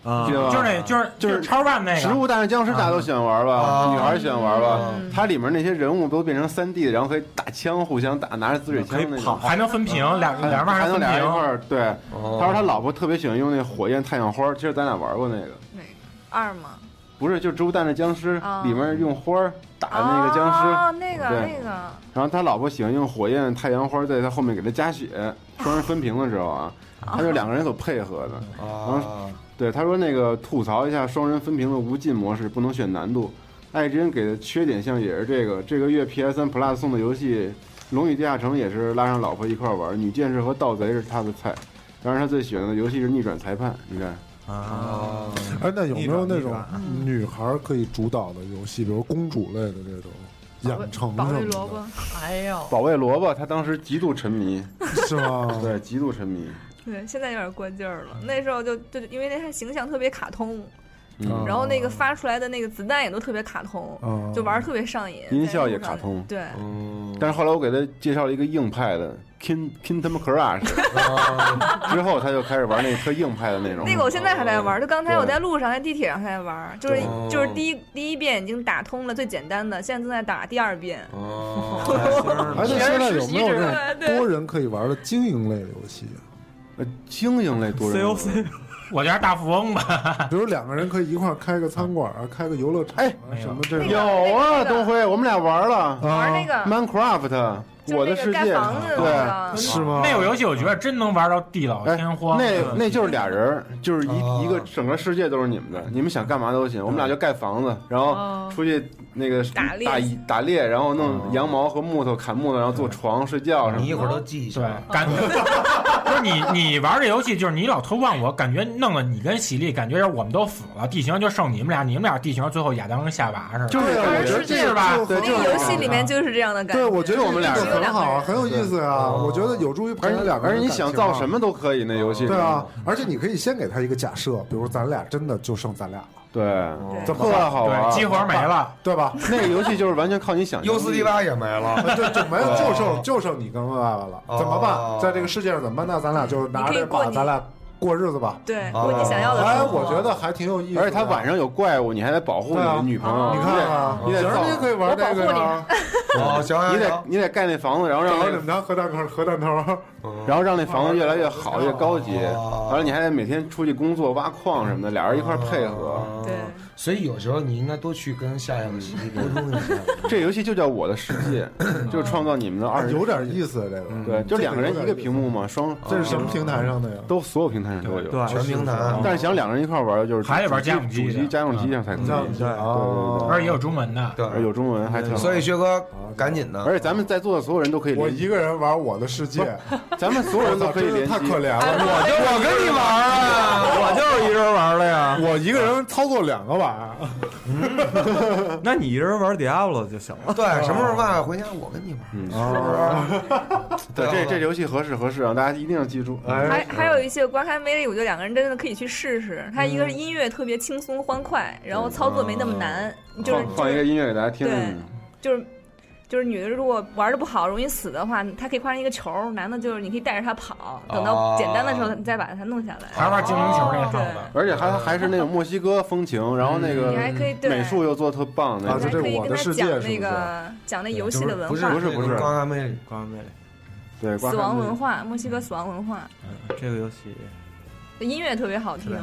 啊
记，得吧
就是那，就是
就是
就是超万那个
植物大战僵尸，大家都喜欢玩吧？
啊
女孩喜欢玩吧
嗯？
它里面那些人物都变成三 D 的，然后可以打枪，互相打，拿着滋水枪那种。嗯
还能分屏，两
还
两人玩
还能
分
俩人一块
屏。
儿对，
哦
他说他老婆特别喜欢用那火焰太阳花，其实咱俩玩过那个，
哪个 二吗？
不是就植物大战僵尸
啊
里面用花儿打那个僵尸，
啊
哦，那个
对
那个，
然后他老婆喜欢用火焰太阳花在他后面给他加血，双人分屏的时候 啊，他就两个人所配合的。
哦
啊，
对，他说那个吐槽一下双人分屏的无尽模式，不能选难度。爱之恩给的缺点项也是这个，这个月 PS 3 Plus 送的游戏《龙与地下城》也是拉上老婆一块儿玩，女剑士和盗贼是他的菜。当然，他最喜欢的游戏是逆转裁判。你看，
啊，
哎，那有没有那
逆转逆
种
转
女孩儿可以主导的游戏，比如公主类的这种养成
啊保卫
什
萝
么
卜，
哎呦，
保卫萝卜，他当时极度沉迷，
的， 是吗？
对，极度沉迷。
对，现在有点过劲儿了。那时候就就因为那它形象特别卡通，
嗯，
然后那个发出来的那个子弹也都特别卡通，
嗯
就玩儿特别上 瘾，
音
在
效
路
也卡
上
通
对，
嗯，
但是后来我给他介绍了一个硬派的 King King 他妈 Crush，之
啊
后他就开始玩那个特硬派的那种。
那个我现在还在玩儿，就刚才
哦对
我在路上，在地铁上还在玩儿，就是
哦
就是第一第一遍已经打通了最简单的，现在正在打第二遍。
哦
哦
而且哎现在有没有这
实习
种
制对
多人可以玩的经营类的游戏？
呃精英类多人游戏
COC
我家大富翁吧，
比如两个人可以一块儿开个餐馆啊，开个游乐场
哎
啊，什么这种
有啊，东辉，我们俩玩了
玩儿那个，
Minecraft，
就
我
是那
的世
个盖
界，
房子的
对。
那个，
是吗？
那种游戏我觉得真能玩到地老
哎
天荒。
那那就是俩人儿，就是一、
哦
一个整个世界都是你们的，你们想干嘛都行。我们俩就盖房子，然后
哦
出去那个
打猎
打打猎，然后弄羊毛和木头砍木头，然后做床睡觉什
你一
么
会
的。
儿都记一下啊
对。，感觉不是你你玩这游戏，就是你老偷望我，感觉弄得你跟喜力，感觉我们都死了，地形就剩你们俩，你们俩地形最后亚当跟夏娃似的。
就是
对
我觉得
是这
个
是吧
就
对，
那
就
个
是
游戏里面就是这样的感觉。
对，我觉得
我们俩
这
只有
个很
两个
好啊，
人
很有意思啊，
对
我觉得有助于培
而
养
且
两个
哦而
人的
且你
感情啊
想造什么都可以，那游戏里
对啊，而且你可以先给他一个假设，比如咱俩真的就剩咱俩了，
对，
对
特好玩
对，。激活没了。
对吧？
那个游戏就是完全靠你想象力。哦
U 四 D 八也没了，
啊对，就没有，就剩就剩你跟爸爸了，
哦
怎么办？在这个世界上怎么办？那咱俩就拿着
你可以
这
过
把，
你
咱俩过日子吧。
对，
哦
过你想要的
哎，
生活。
我觉得还挺有意思的。
而且他晚上有怪物，你还得保护你
对
的
啊
女朋
哦
友。
你看啊，
你得
明
造
儿你也可以玩这个
啊
呀。
哦，行
你
行
得
行，
你得盖那房子，然后让
找
那
你们家核弹壳、核弹头，
然后让那房子越来越好、越高级。
哦
完了，你还得每天出去工作、挖矿什么的，俩人一块儿配合。
哦
对，
所以有时候你应该多去跟夏
嗯
夏的媳妇沟通一下。
这游戏就叫《我的世界》，就是创造你们的二十
啊有点意思。这
嗯
嗯
个
对，就两个人一个屏幕嘛，双
啊
这是什么平台上的呀？
都所有平台上都有。
对，
全平台
但是想两个人一块儿玩，就是
还得玩
主机
家用机
主机
的
家
嗯
用机上才可以。
样子啊
而且也有中文啊的，
而有中文还挺好。
所以薛哥赶紧的，
而且咱们在座的所有人都可以
我
联
一
机，
个人玩我的世界，
咱们所有人 都可以
真是
联
太
机。
可怜
哎
了。
我就我跟你玩啊，我就是一人玩的 呀。
我一个人操作两个碗，
那你一人玩 Diablo 就行 了。
对，什么时候爸爸回家，我跟你玩。
嗯，
哦
是
对，这这游戏合适合适啊，大家一定要记住。哎
还还有一些观看魅力，我觉得两个人真的可以去试试。它一个是音乐特别轻
哦
松欢快，然后操作没那么难，就是
放放一个音乐给大家听嗯
对
听。
就是就是女的如果玩的不好，容易死的话，她可以换成一个球儿；男的就是你可以带着他跑，等
哦
到简单的时候，你再把他弄下来。
还玩精灵球那
对，
而且还还是那种墨西哥风情，然后那
嗯
个
你还可以对
美术又做得特棒的，
你还可以跟他讲那个讲那游戏的文化，
不是不是不是
光杆魅力，
光杆魅力，嗯
对，
死亡文化，墨西哥死亡文化，
这个游戏
音乐嗯特别好听。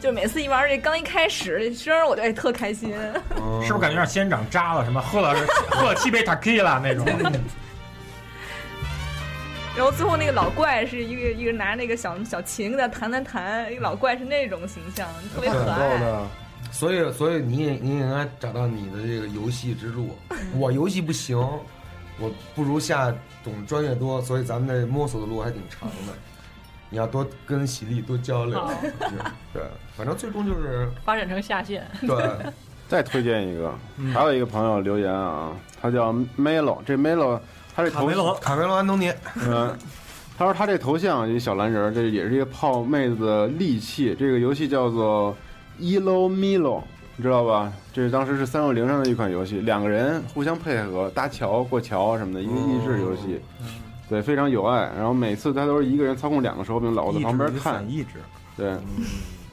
就每次一玩这，刚一开始这声儿我就哎特开心。
是不是感觉让仙人掌扎了？什么喝了 喝了七杯 tequila 那种？
然后最后那个老怪是一个一个拿那个小小琴跟他弹弹弹，一个老怪是那种形象，特别
挺
可
逗
爱。
的。所以，所以你也你也应该找到你的这个游戏之 路。我游戏不行，我不如夏总专业多，所以咱们这摸索的路还挺长的。你要多跟喜力多交流， 对，反正最终就是
发展成下线。
对，再推荐一个，
嗯
还有一个朋友留言啊，他叫 Melo，这 Melo 他这头
卡梅隆卡梅隆安东尼，
嗯，他说他这头像一小蓝人儿，这也是一个泡妹子的利器。这个游戏叫做 Elo Milo，你知道吧？这是当时是三六零上的一款游戏，两个人互相配合搭桥、过桥什么的，
哦
一个益智游戏。
嗯
对，非常有爱。然后每次他都是一个人操控两个手柄，老在旁边看。
意志
对，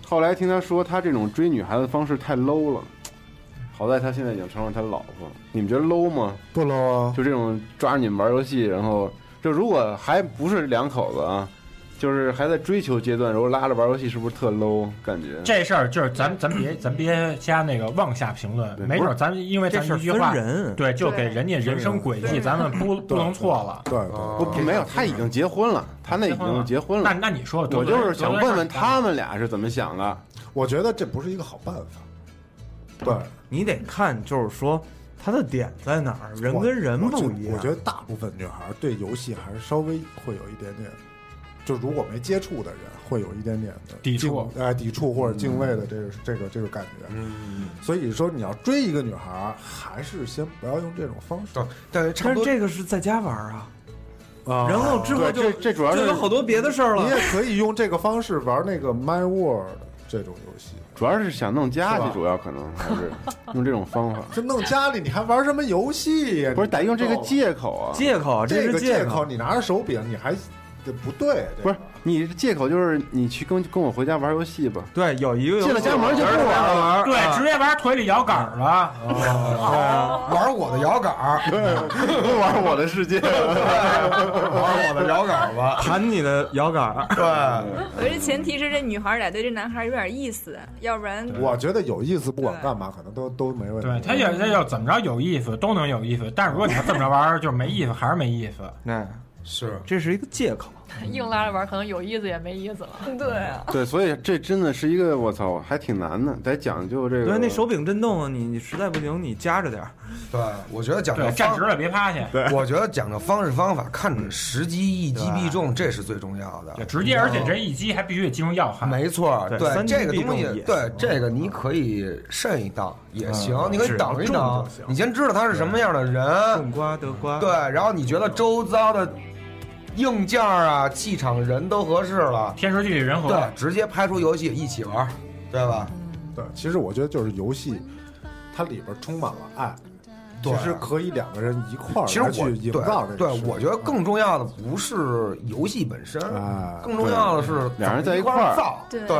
后来听他说他这种追女孩子的方式太 low 了，好在他现在已经成了他老婆。你们觉得 low 吗？
不 low 啊
就这种抓着你们玩游戏，然后就如果还不是两口子啊，就是还在追求阶段，然后拉着玩游戏，是不是特 low 感觉？
这事儿就是咱咱别咱别瞎那个妄下评论，没准儿咱因为咱一句
这
话
事儿分人
对，就给人家人生轨迹，咱们不不能错了。
对，
不不没有，他已经结婚了，他那已经结婚了。
那那你说，
我就是想问问他们俩是怎么想的？
我觉得这不是一个好办法。对
你得看，就是说他的点在哪儿，人跟人
我
不一样。
啊我觉得大部分女孩对游戏还是稍微会有一点点，就如果没接触的人，会有一点点的
抵触
敬，哎，抵触或者敬畏的这个、这个这个感觉。嗯，所以说你要追一个女孩，还是先不要用这种方式。
但是
但是这个是在家玩啊，
啊
然后之后就就有好多别的事儿了。
你也可以用这个方式玩那个 My World 这种游戏。
主要是想弄
是
家去
吧，
主要可能还是用这种方法。
这弄家里你还玩什么游戏呀、
不是得用这个借口啊借口这
这
是
个
借
借
口
口，你拿着手柄，你还这不对，这
不是你借口就是你去跟跟我回家玩游戏吧？
对，有一个
进了家门就不玩了，
啊
啊
对，直接玩腿里摇杆了。
哦
玩我的摇杆儿，
玩 我的世界，
玩我的摇杆儿吧，
弹 你
呃
的摇杆儿。
对，
我觉得前提是这女孩得对这男孩有点意思，要不然
我觉得有意思，不管干嘛，可能都都没问题。
对他要他要怎么着有意思都能有意思，但是如果你要这么着玩儿，就是没意思，还是没意思。
那
是
这是一个借口。
硬拉着玩，可能有意思也没意思了。
对啊，
对，所以这真的是一个我操，还挺难的，得讲究这个。
对，那手柄震动，你你实在不行，你夹着点儿。
对，我觉得讲究
对，站直了别趴下。
我觉得讲究方式方法，看准时机，一击必中，这是最重要的。
直接，而且这一击还必须得击中要害。
没错，
对
对
三击
这个
必
东
中
西
也，
对这个你可以慎一道也行，
嗯
你可以
只要
挡一
中
挡
就行，
你先知道他是什么样的人，
种瓜得瓜。
对，然后你觉得周遭的硬件啊、气场、人都合适了，
天时地利人和。
对，直接拍出游戏一起玩，对吧？
对，其实我觉得就是游戏，它里边充满了爱，
对
其实可以两个人一块儿
其实我
来去营造这
对
个事
对，
情。
我觉得更重要的不是游戏本身，
啊，
更重要的是
两人在
一
一
块
块
儿
儿
造，
对
对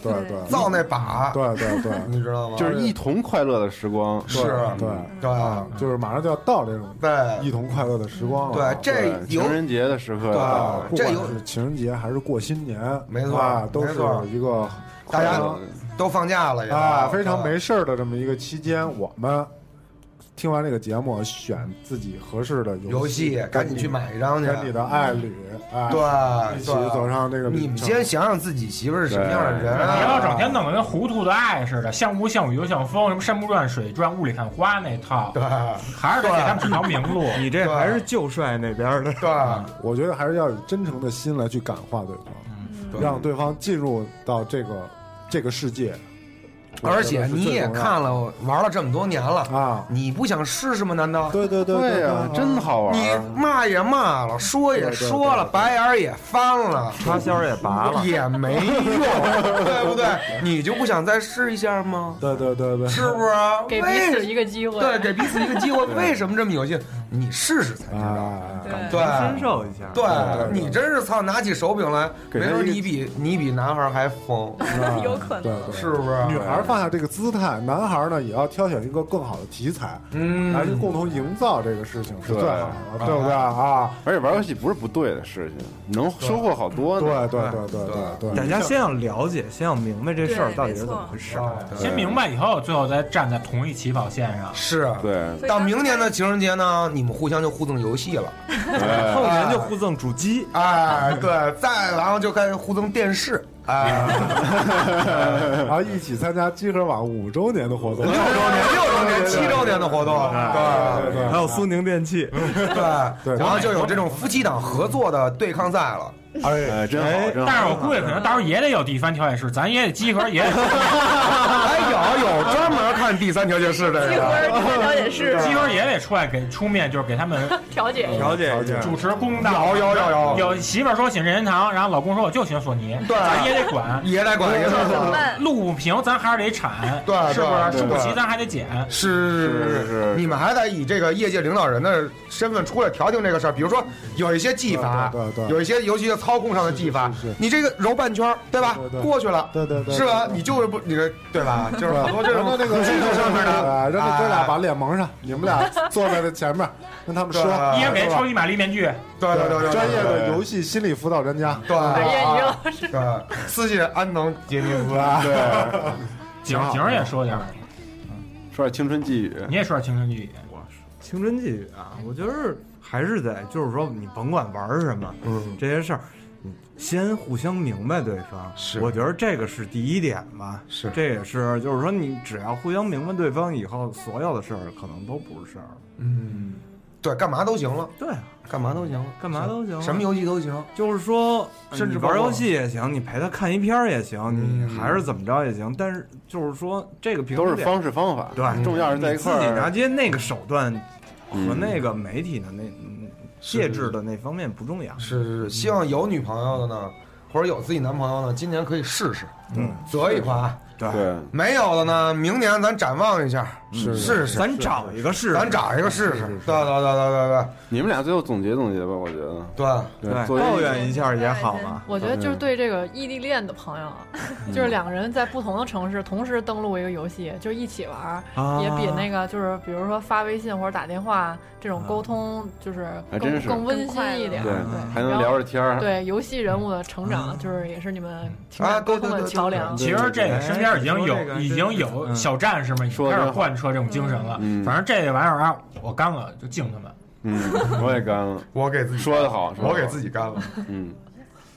对对
造那把，
对对对，
你知道吗？
就是一同快乐的时光，
是
对
对
啊，就是马上就要到这种
对
一同快乐的时光了。
对这
对
有
情人节的时刻
对
啊，
不
这
管
有
是情人节还是过新年，
没错
啊都
没
是
错哎
一个
大家
非常
都放假了也
啊，非常没事儿的这么一个期间，我们听完这个节目，选自己合适的
游
戏
戏，，赶紧去买一张去。
跟你的爱侣啊，
对，
一起
对
走上这个旅程
你们先想想自己媳妇儿是什么样的人啊，
你要整天弄得跟糊涂的爱似的，像雾像雨又像风，什么山不转水转，雾里看花那套，
对
还是得给他们指条明路。
你这还是旧帅那边的。
对
我觉得还是要以真诚的心来去感化对方，
嗯对
嗯让对方进入到这个这个世界。
而且你也看
了
了，玩了这么多年了，
啊，
你不想试试吗？难道？
对对
对
对
呀，真好玩
你
儿。
骂也骂了，说也说了，白眼儿也翻了，
插销也拔了，
也没 用，对不对？你就不想再试一下吗？
对对对对，
是不是？啊
给彼
为
此一个机会，
对，给彼此一个机会。为什么这么有劲？你试试才知道。
感
对
同，身受一下，
对你真是操，拿起手柄来，
给
没
他
准
一个
你比你比男孩还疯，
有可
对
能。
对，
是不是？
女孩放下这个姿态，男孩呢也要挑选一个更好的题材，
嗯，
来去共同营造这个事情是
对
最好的，对不对啊？
而且玩游戏不是不对的事情，能收获好多
对
呢。
对对对对对，
大 家先要了解，先要明白这事儿啊
对
到底
没
是怎
错
么回事。
对
先明白以后，最后再站在同一起跑线上。
是。
对，
所以
到
当时
明年的情人节呢，你们互相就互赠游戏了，
哎
后年就互赠主机，
哎，对，再然后就开始互赠电视，哎，
然后一起参加集合网五周年的活动，
六周年、六周年、七周年的活动，
对
对
对，
还有苏宁电器，
对，
对
然后就有这种夫妻档合作的对抗赛了，
哎，真
哎
好，真好。
但是我估计可能到时候也得有第三调解室，咱也得集合， 也得
还哎有有专门看第三条件事的
集合
人，
调解室
集合也得出来给出面，就是给他们
调解一下。
了解一下。
主持公道。
有有有有
有媳妇儿说请任天堂，然后老公说我就喜欢索尼，
对
咱也得管。
也得管，也得
怎么
管，
办？
路不平，咱还是得铲，
对对
是不是？
对
树不齐，
对
咱还得捡。
是
是是
你们还得以这个业界领导人的身份出来调停这个事儿。比如说，有一些技法
对对，对
有一些尤其是操控上的技法
是是是，
你这个揉半圈儿，对吧
对？对
过去了，
对对对，
是吧？你就是不，你这对吧？啊就是好多这
让
种
他那个
技术上面的，
让这哥俩
哎
把脸蒙上，你们俩坐在这前面，跟他们说，
一
对啊
人给超级玛丽面具，
对对对对，
专业的游戏心理辅导专家，
对，
百业余
啊
老
对，私信安能杰尼 斯，
对，
景
啊
景儿也说点儿，
说点青春寄语，
你也说点青春寄嗯语。
青春寄语啊，我觉得还是得，就是说你甭管玩儿什么，
嗯，
这些事儿，你先互相明白对方。
是
我觉得这个是第一点吧。
是
这也是就是说，你只要互相明白对方以后，所有的事儿可能都不是事儿。
嗯，对，干嘛都行了，
对啊，
干嘛都行了，
干嘛都行啊
什么游戏都行，
就是说，
甚至
你
包括
玩游戏也行，你陪他看一片儿也行，
嗯
你还是怎么着也行。但是就是说，这个平衡
都是
点
方式方法。
对
重要是在
你
一
自
块
己
儿
拿。捏那个手段和
嗯
那个媒体的那嗯介质的那方面不重要。
是是是，希望有女朋友的呢，或者有自己男朋友呢，今年可以试试，
嗯，
择一款。
对，
对，
没有的呢，明年咱展望一下，
嗯
试试试，
咱找一个试试，
咱找一个试试。对对对对
你们俩最后总结总结吧，我觉得。
对对
对，
作为
抱怨一下也好嘛。
我觉得
嗯
就是对这个异地恋的朋友 啊，就是两个人在不同的城市同时登录一个游戏，就一起玩儿，
啊，
也比那个就是比如说发微信或者打电话这种
啊
沟通就是
还
更
真是
更温馨一点。
对
嗯
对，
还能聊着天儿。
对游戏人物的成长，就是也是你们情
嗯啊
感
对
沟
对
通的
对
桥梁。
其实这个身边已经
哎
对对
有
对
已经有
嗯
小战士们已经
说
开
得
始
好
贯彻这种精神了
嗯。
反正这玩意儿啊，我干了就敬他们。
嗯， 我也干了。
我给自己
说得好，
我给自
己。
己干了，
嗯，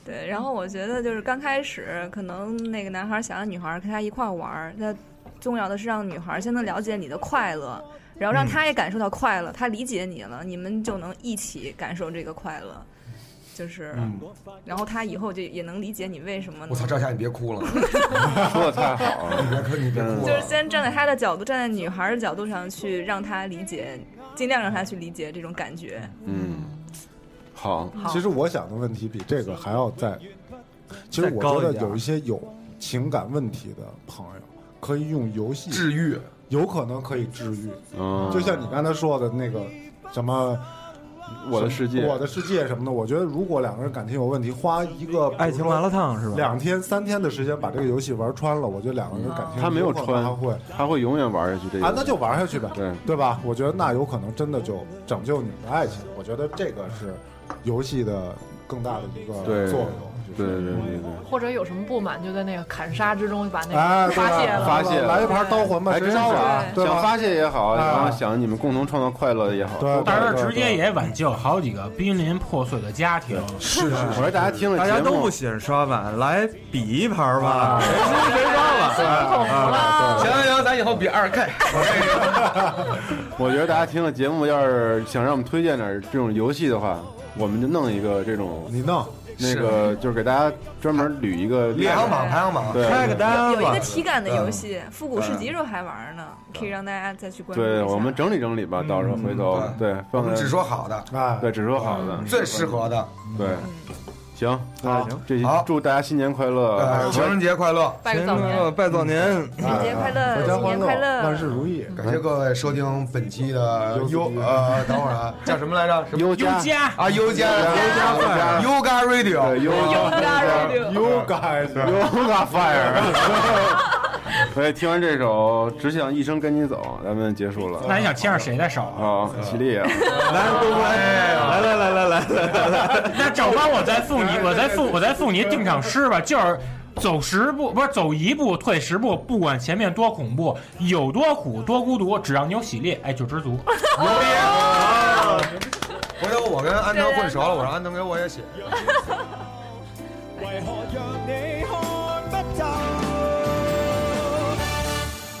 对，然后我觉得就是刚开始，可能那个男孩想让女孩跟他一块儿玩儿，那重要的是让女孩先能了解你的快乐，然
嗯
后让她也感受到快乐，她理解你了，你们就能一起感受这个快乐。就是，然后她以后就也能理解你为什么
嗯
能
我操，赵夏你别哭了，
说的太好啊嗯了。
别哭你别哭啊
就是
了，
先站在她的角度，站在女孩儿的角度上去让她理解，尽量让她去理解这种感觉。
嗯，好，
其实我想的问题比这个还要再，其实我觉得有一些有情感问题的朋友，可以用游戏，
治愈，
有可能可以治愈。
嗯，
就像你刚才说的那个什么
我的世界，
我的世界什么的，我觉得如果两个人感情有问题，花一个
爱情麻辣烫是吧？
两天三天的时间把这个游戏玩穿了，我觉得两个人感情
他没有
可能
穿
还会
他会永远玩下去这个。
啊，那就玩下去呗，
对
对吧？我觉得那有可能真的就拯救你们的爱情。我觉得这个是游戏的更大的一个
对
作用。
对对对对
或者有什么不满，就在那个砍杀之中把那
哎，
啊
个
对
发泄
吧
了。
发泄了
来一盘刀魂吧，
还
谁
真
烧
是
了，啊对
想
吧？
发泄也好，
啊
然后想你们共同创造快乐也好。
对，
但
对
是直接。也挽救好几个濒临破碎的家庭。
是是
我说大家听了
大
节
家
目
都不喜欢刷碗，来比一盘儿吧，
啊
谁先谁刷碗。
啊
啊
行行行，咱以后比二 K，
我觉得大家听了节目，要是想让我们推荐点儿这种游戏的话，我们就弄一个这种
你弄
那个，就是给大家专门捋一个
排行榜排行榜，
对
开个单
有一
吧
个，体感的游戏，复
嗯
古市集时候还玩呢，可以让大家再去关注一下。
嗯对，我们整理整理吧，到时候回头
嗯
对，
我
放
们
在
只说好的，嗯
哎，
对只说好的，
最适合的，嗯
对。行，
那行，
这期
好
祝大家新年快乐，
呃情人节快乐，嗯
拜个早年，
拜早年，
春节快乐，
阖啊家
新
欢
年
乐，
快乐，
万事如意。
嗯
感谢各位收听本期的优呃，等会 儿啊，叫什么来着？什么
优
优
家，
家。
啊？优加
优
优加 Radio，
对优
加
You guys，
优大 fire。所哎以听完这首《只想一生跟你走》，咱们结束了。
嗯
那你想牵上谁的手啊？
啊，起立啊！
来来来来来来来来，
那找帮我再付你，我再付我再付你定场诗吧，就是。走十步不是走一步退十步，不管前面多恐怖，有多苦多孤独，只要你有喜力，哎就知足。
回头啊我跟安藤混熟了，我让安藤给我也写。
为何让你看不透？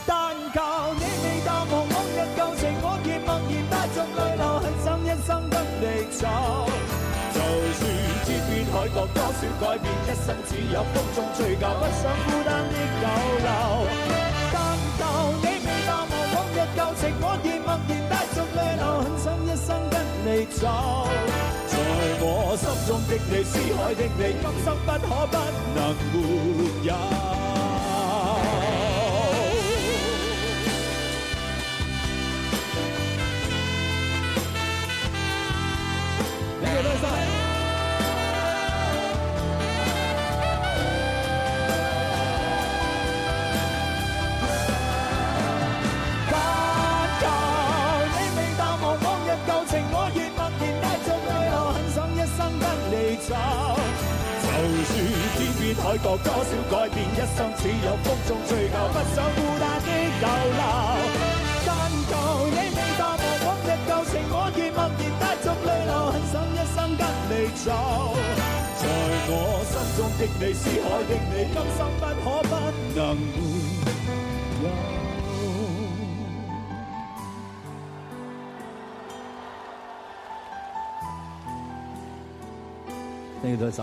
但求你未淡忘往日旧情，我亦默然帶着淚流，很想一生跟你走。就算天邊海角多少改變，一生只有風中追究，不想孤單的逗留。但求你未淡忘往日舊情，我亦默然帶着淚流，很想一生跟你走。在我心中的你，思海的你，今生不可不能沒有。你嘅多謝。不求你未淡忘往日舊情，我亦默然帶着淚流，很想一生跟你走。就算天邊海角多少改變，一生只有風中追求，不想孤單的逗留。但求你未淡忘往日舊情，我亦默然帶着淚流，很想一生跟你走。在我心中的你，思海的你，今生不可不能沒有。Thank you，多谢。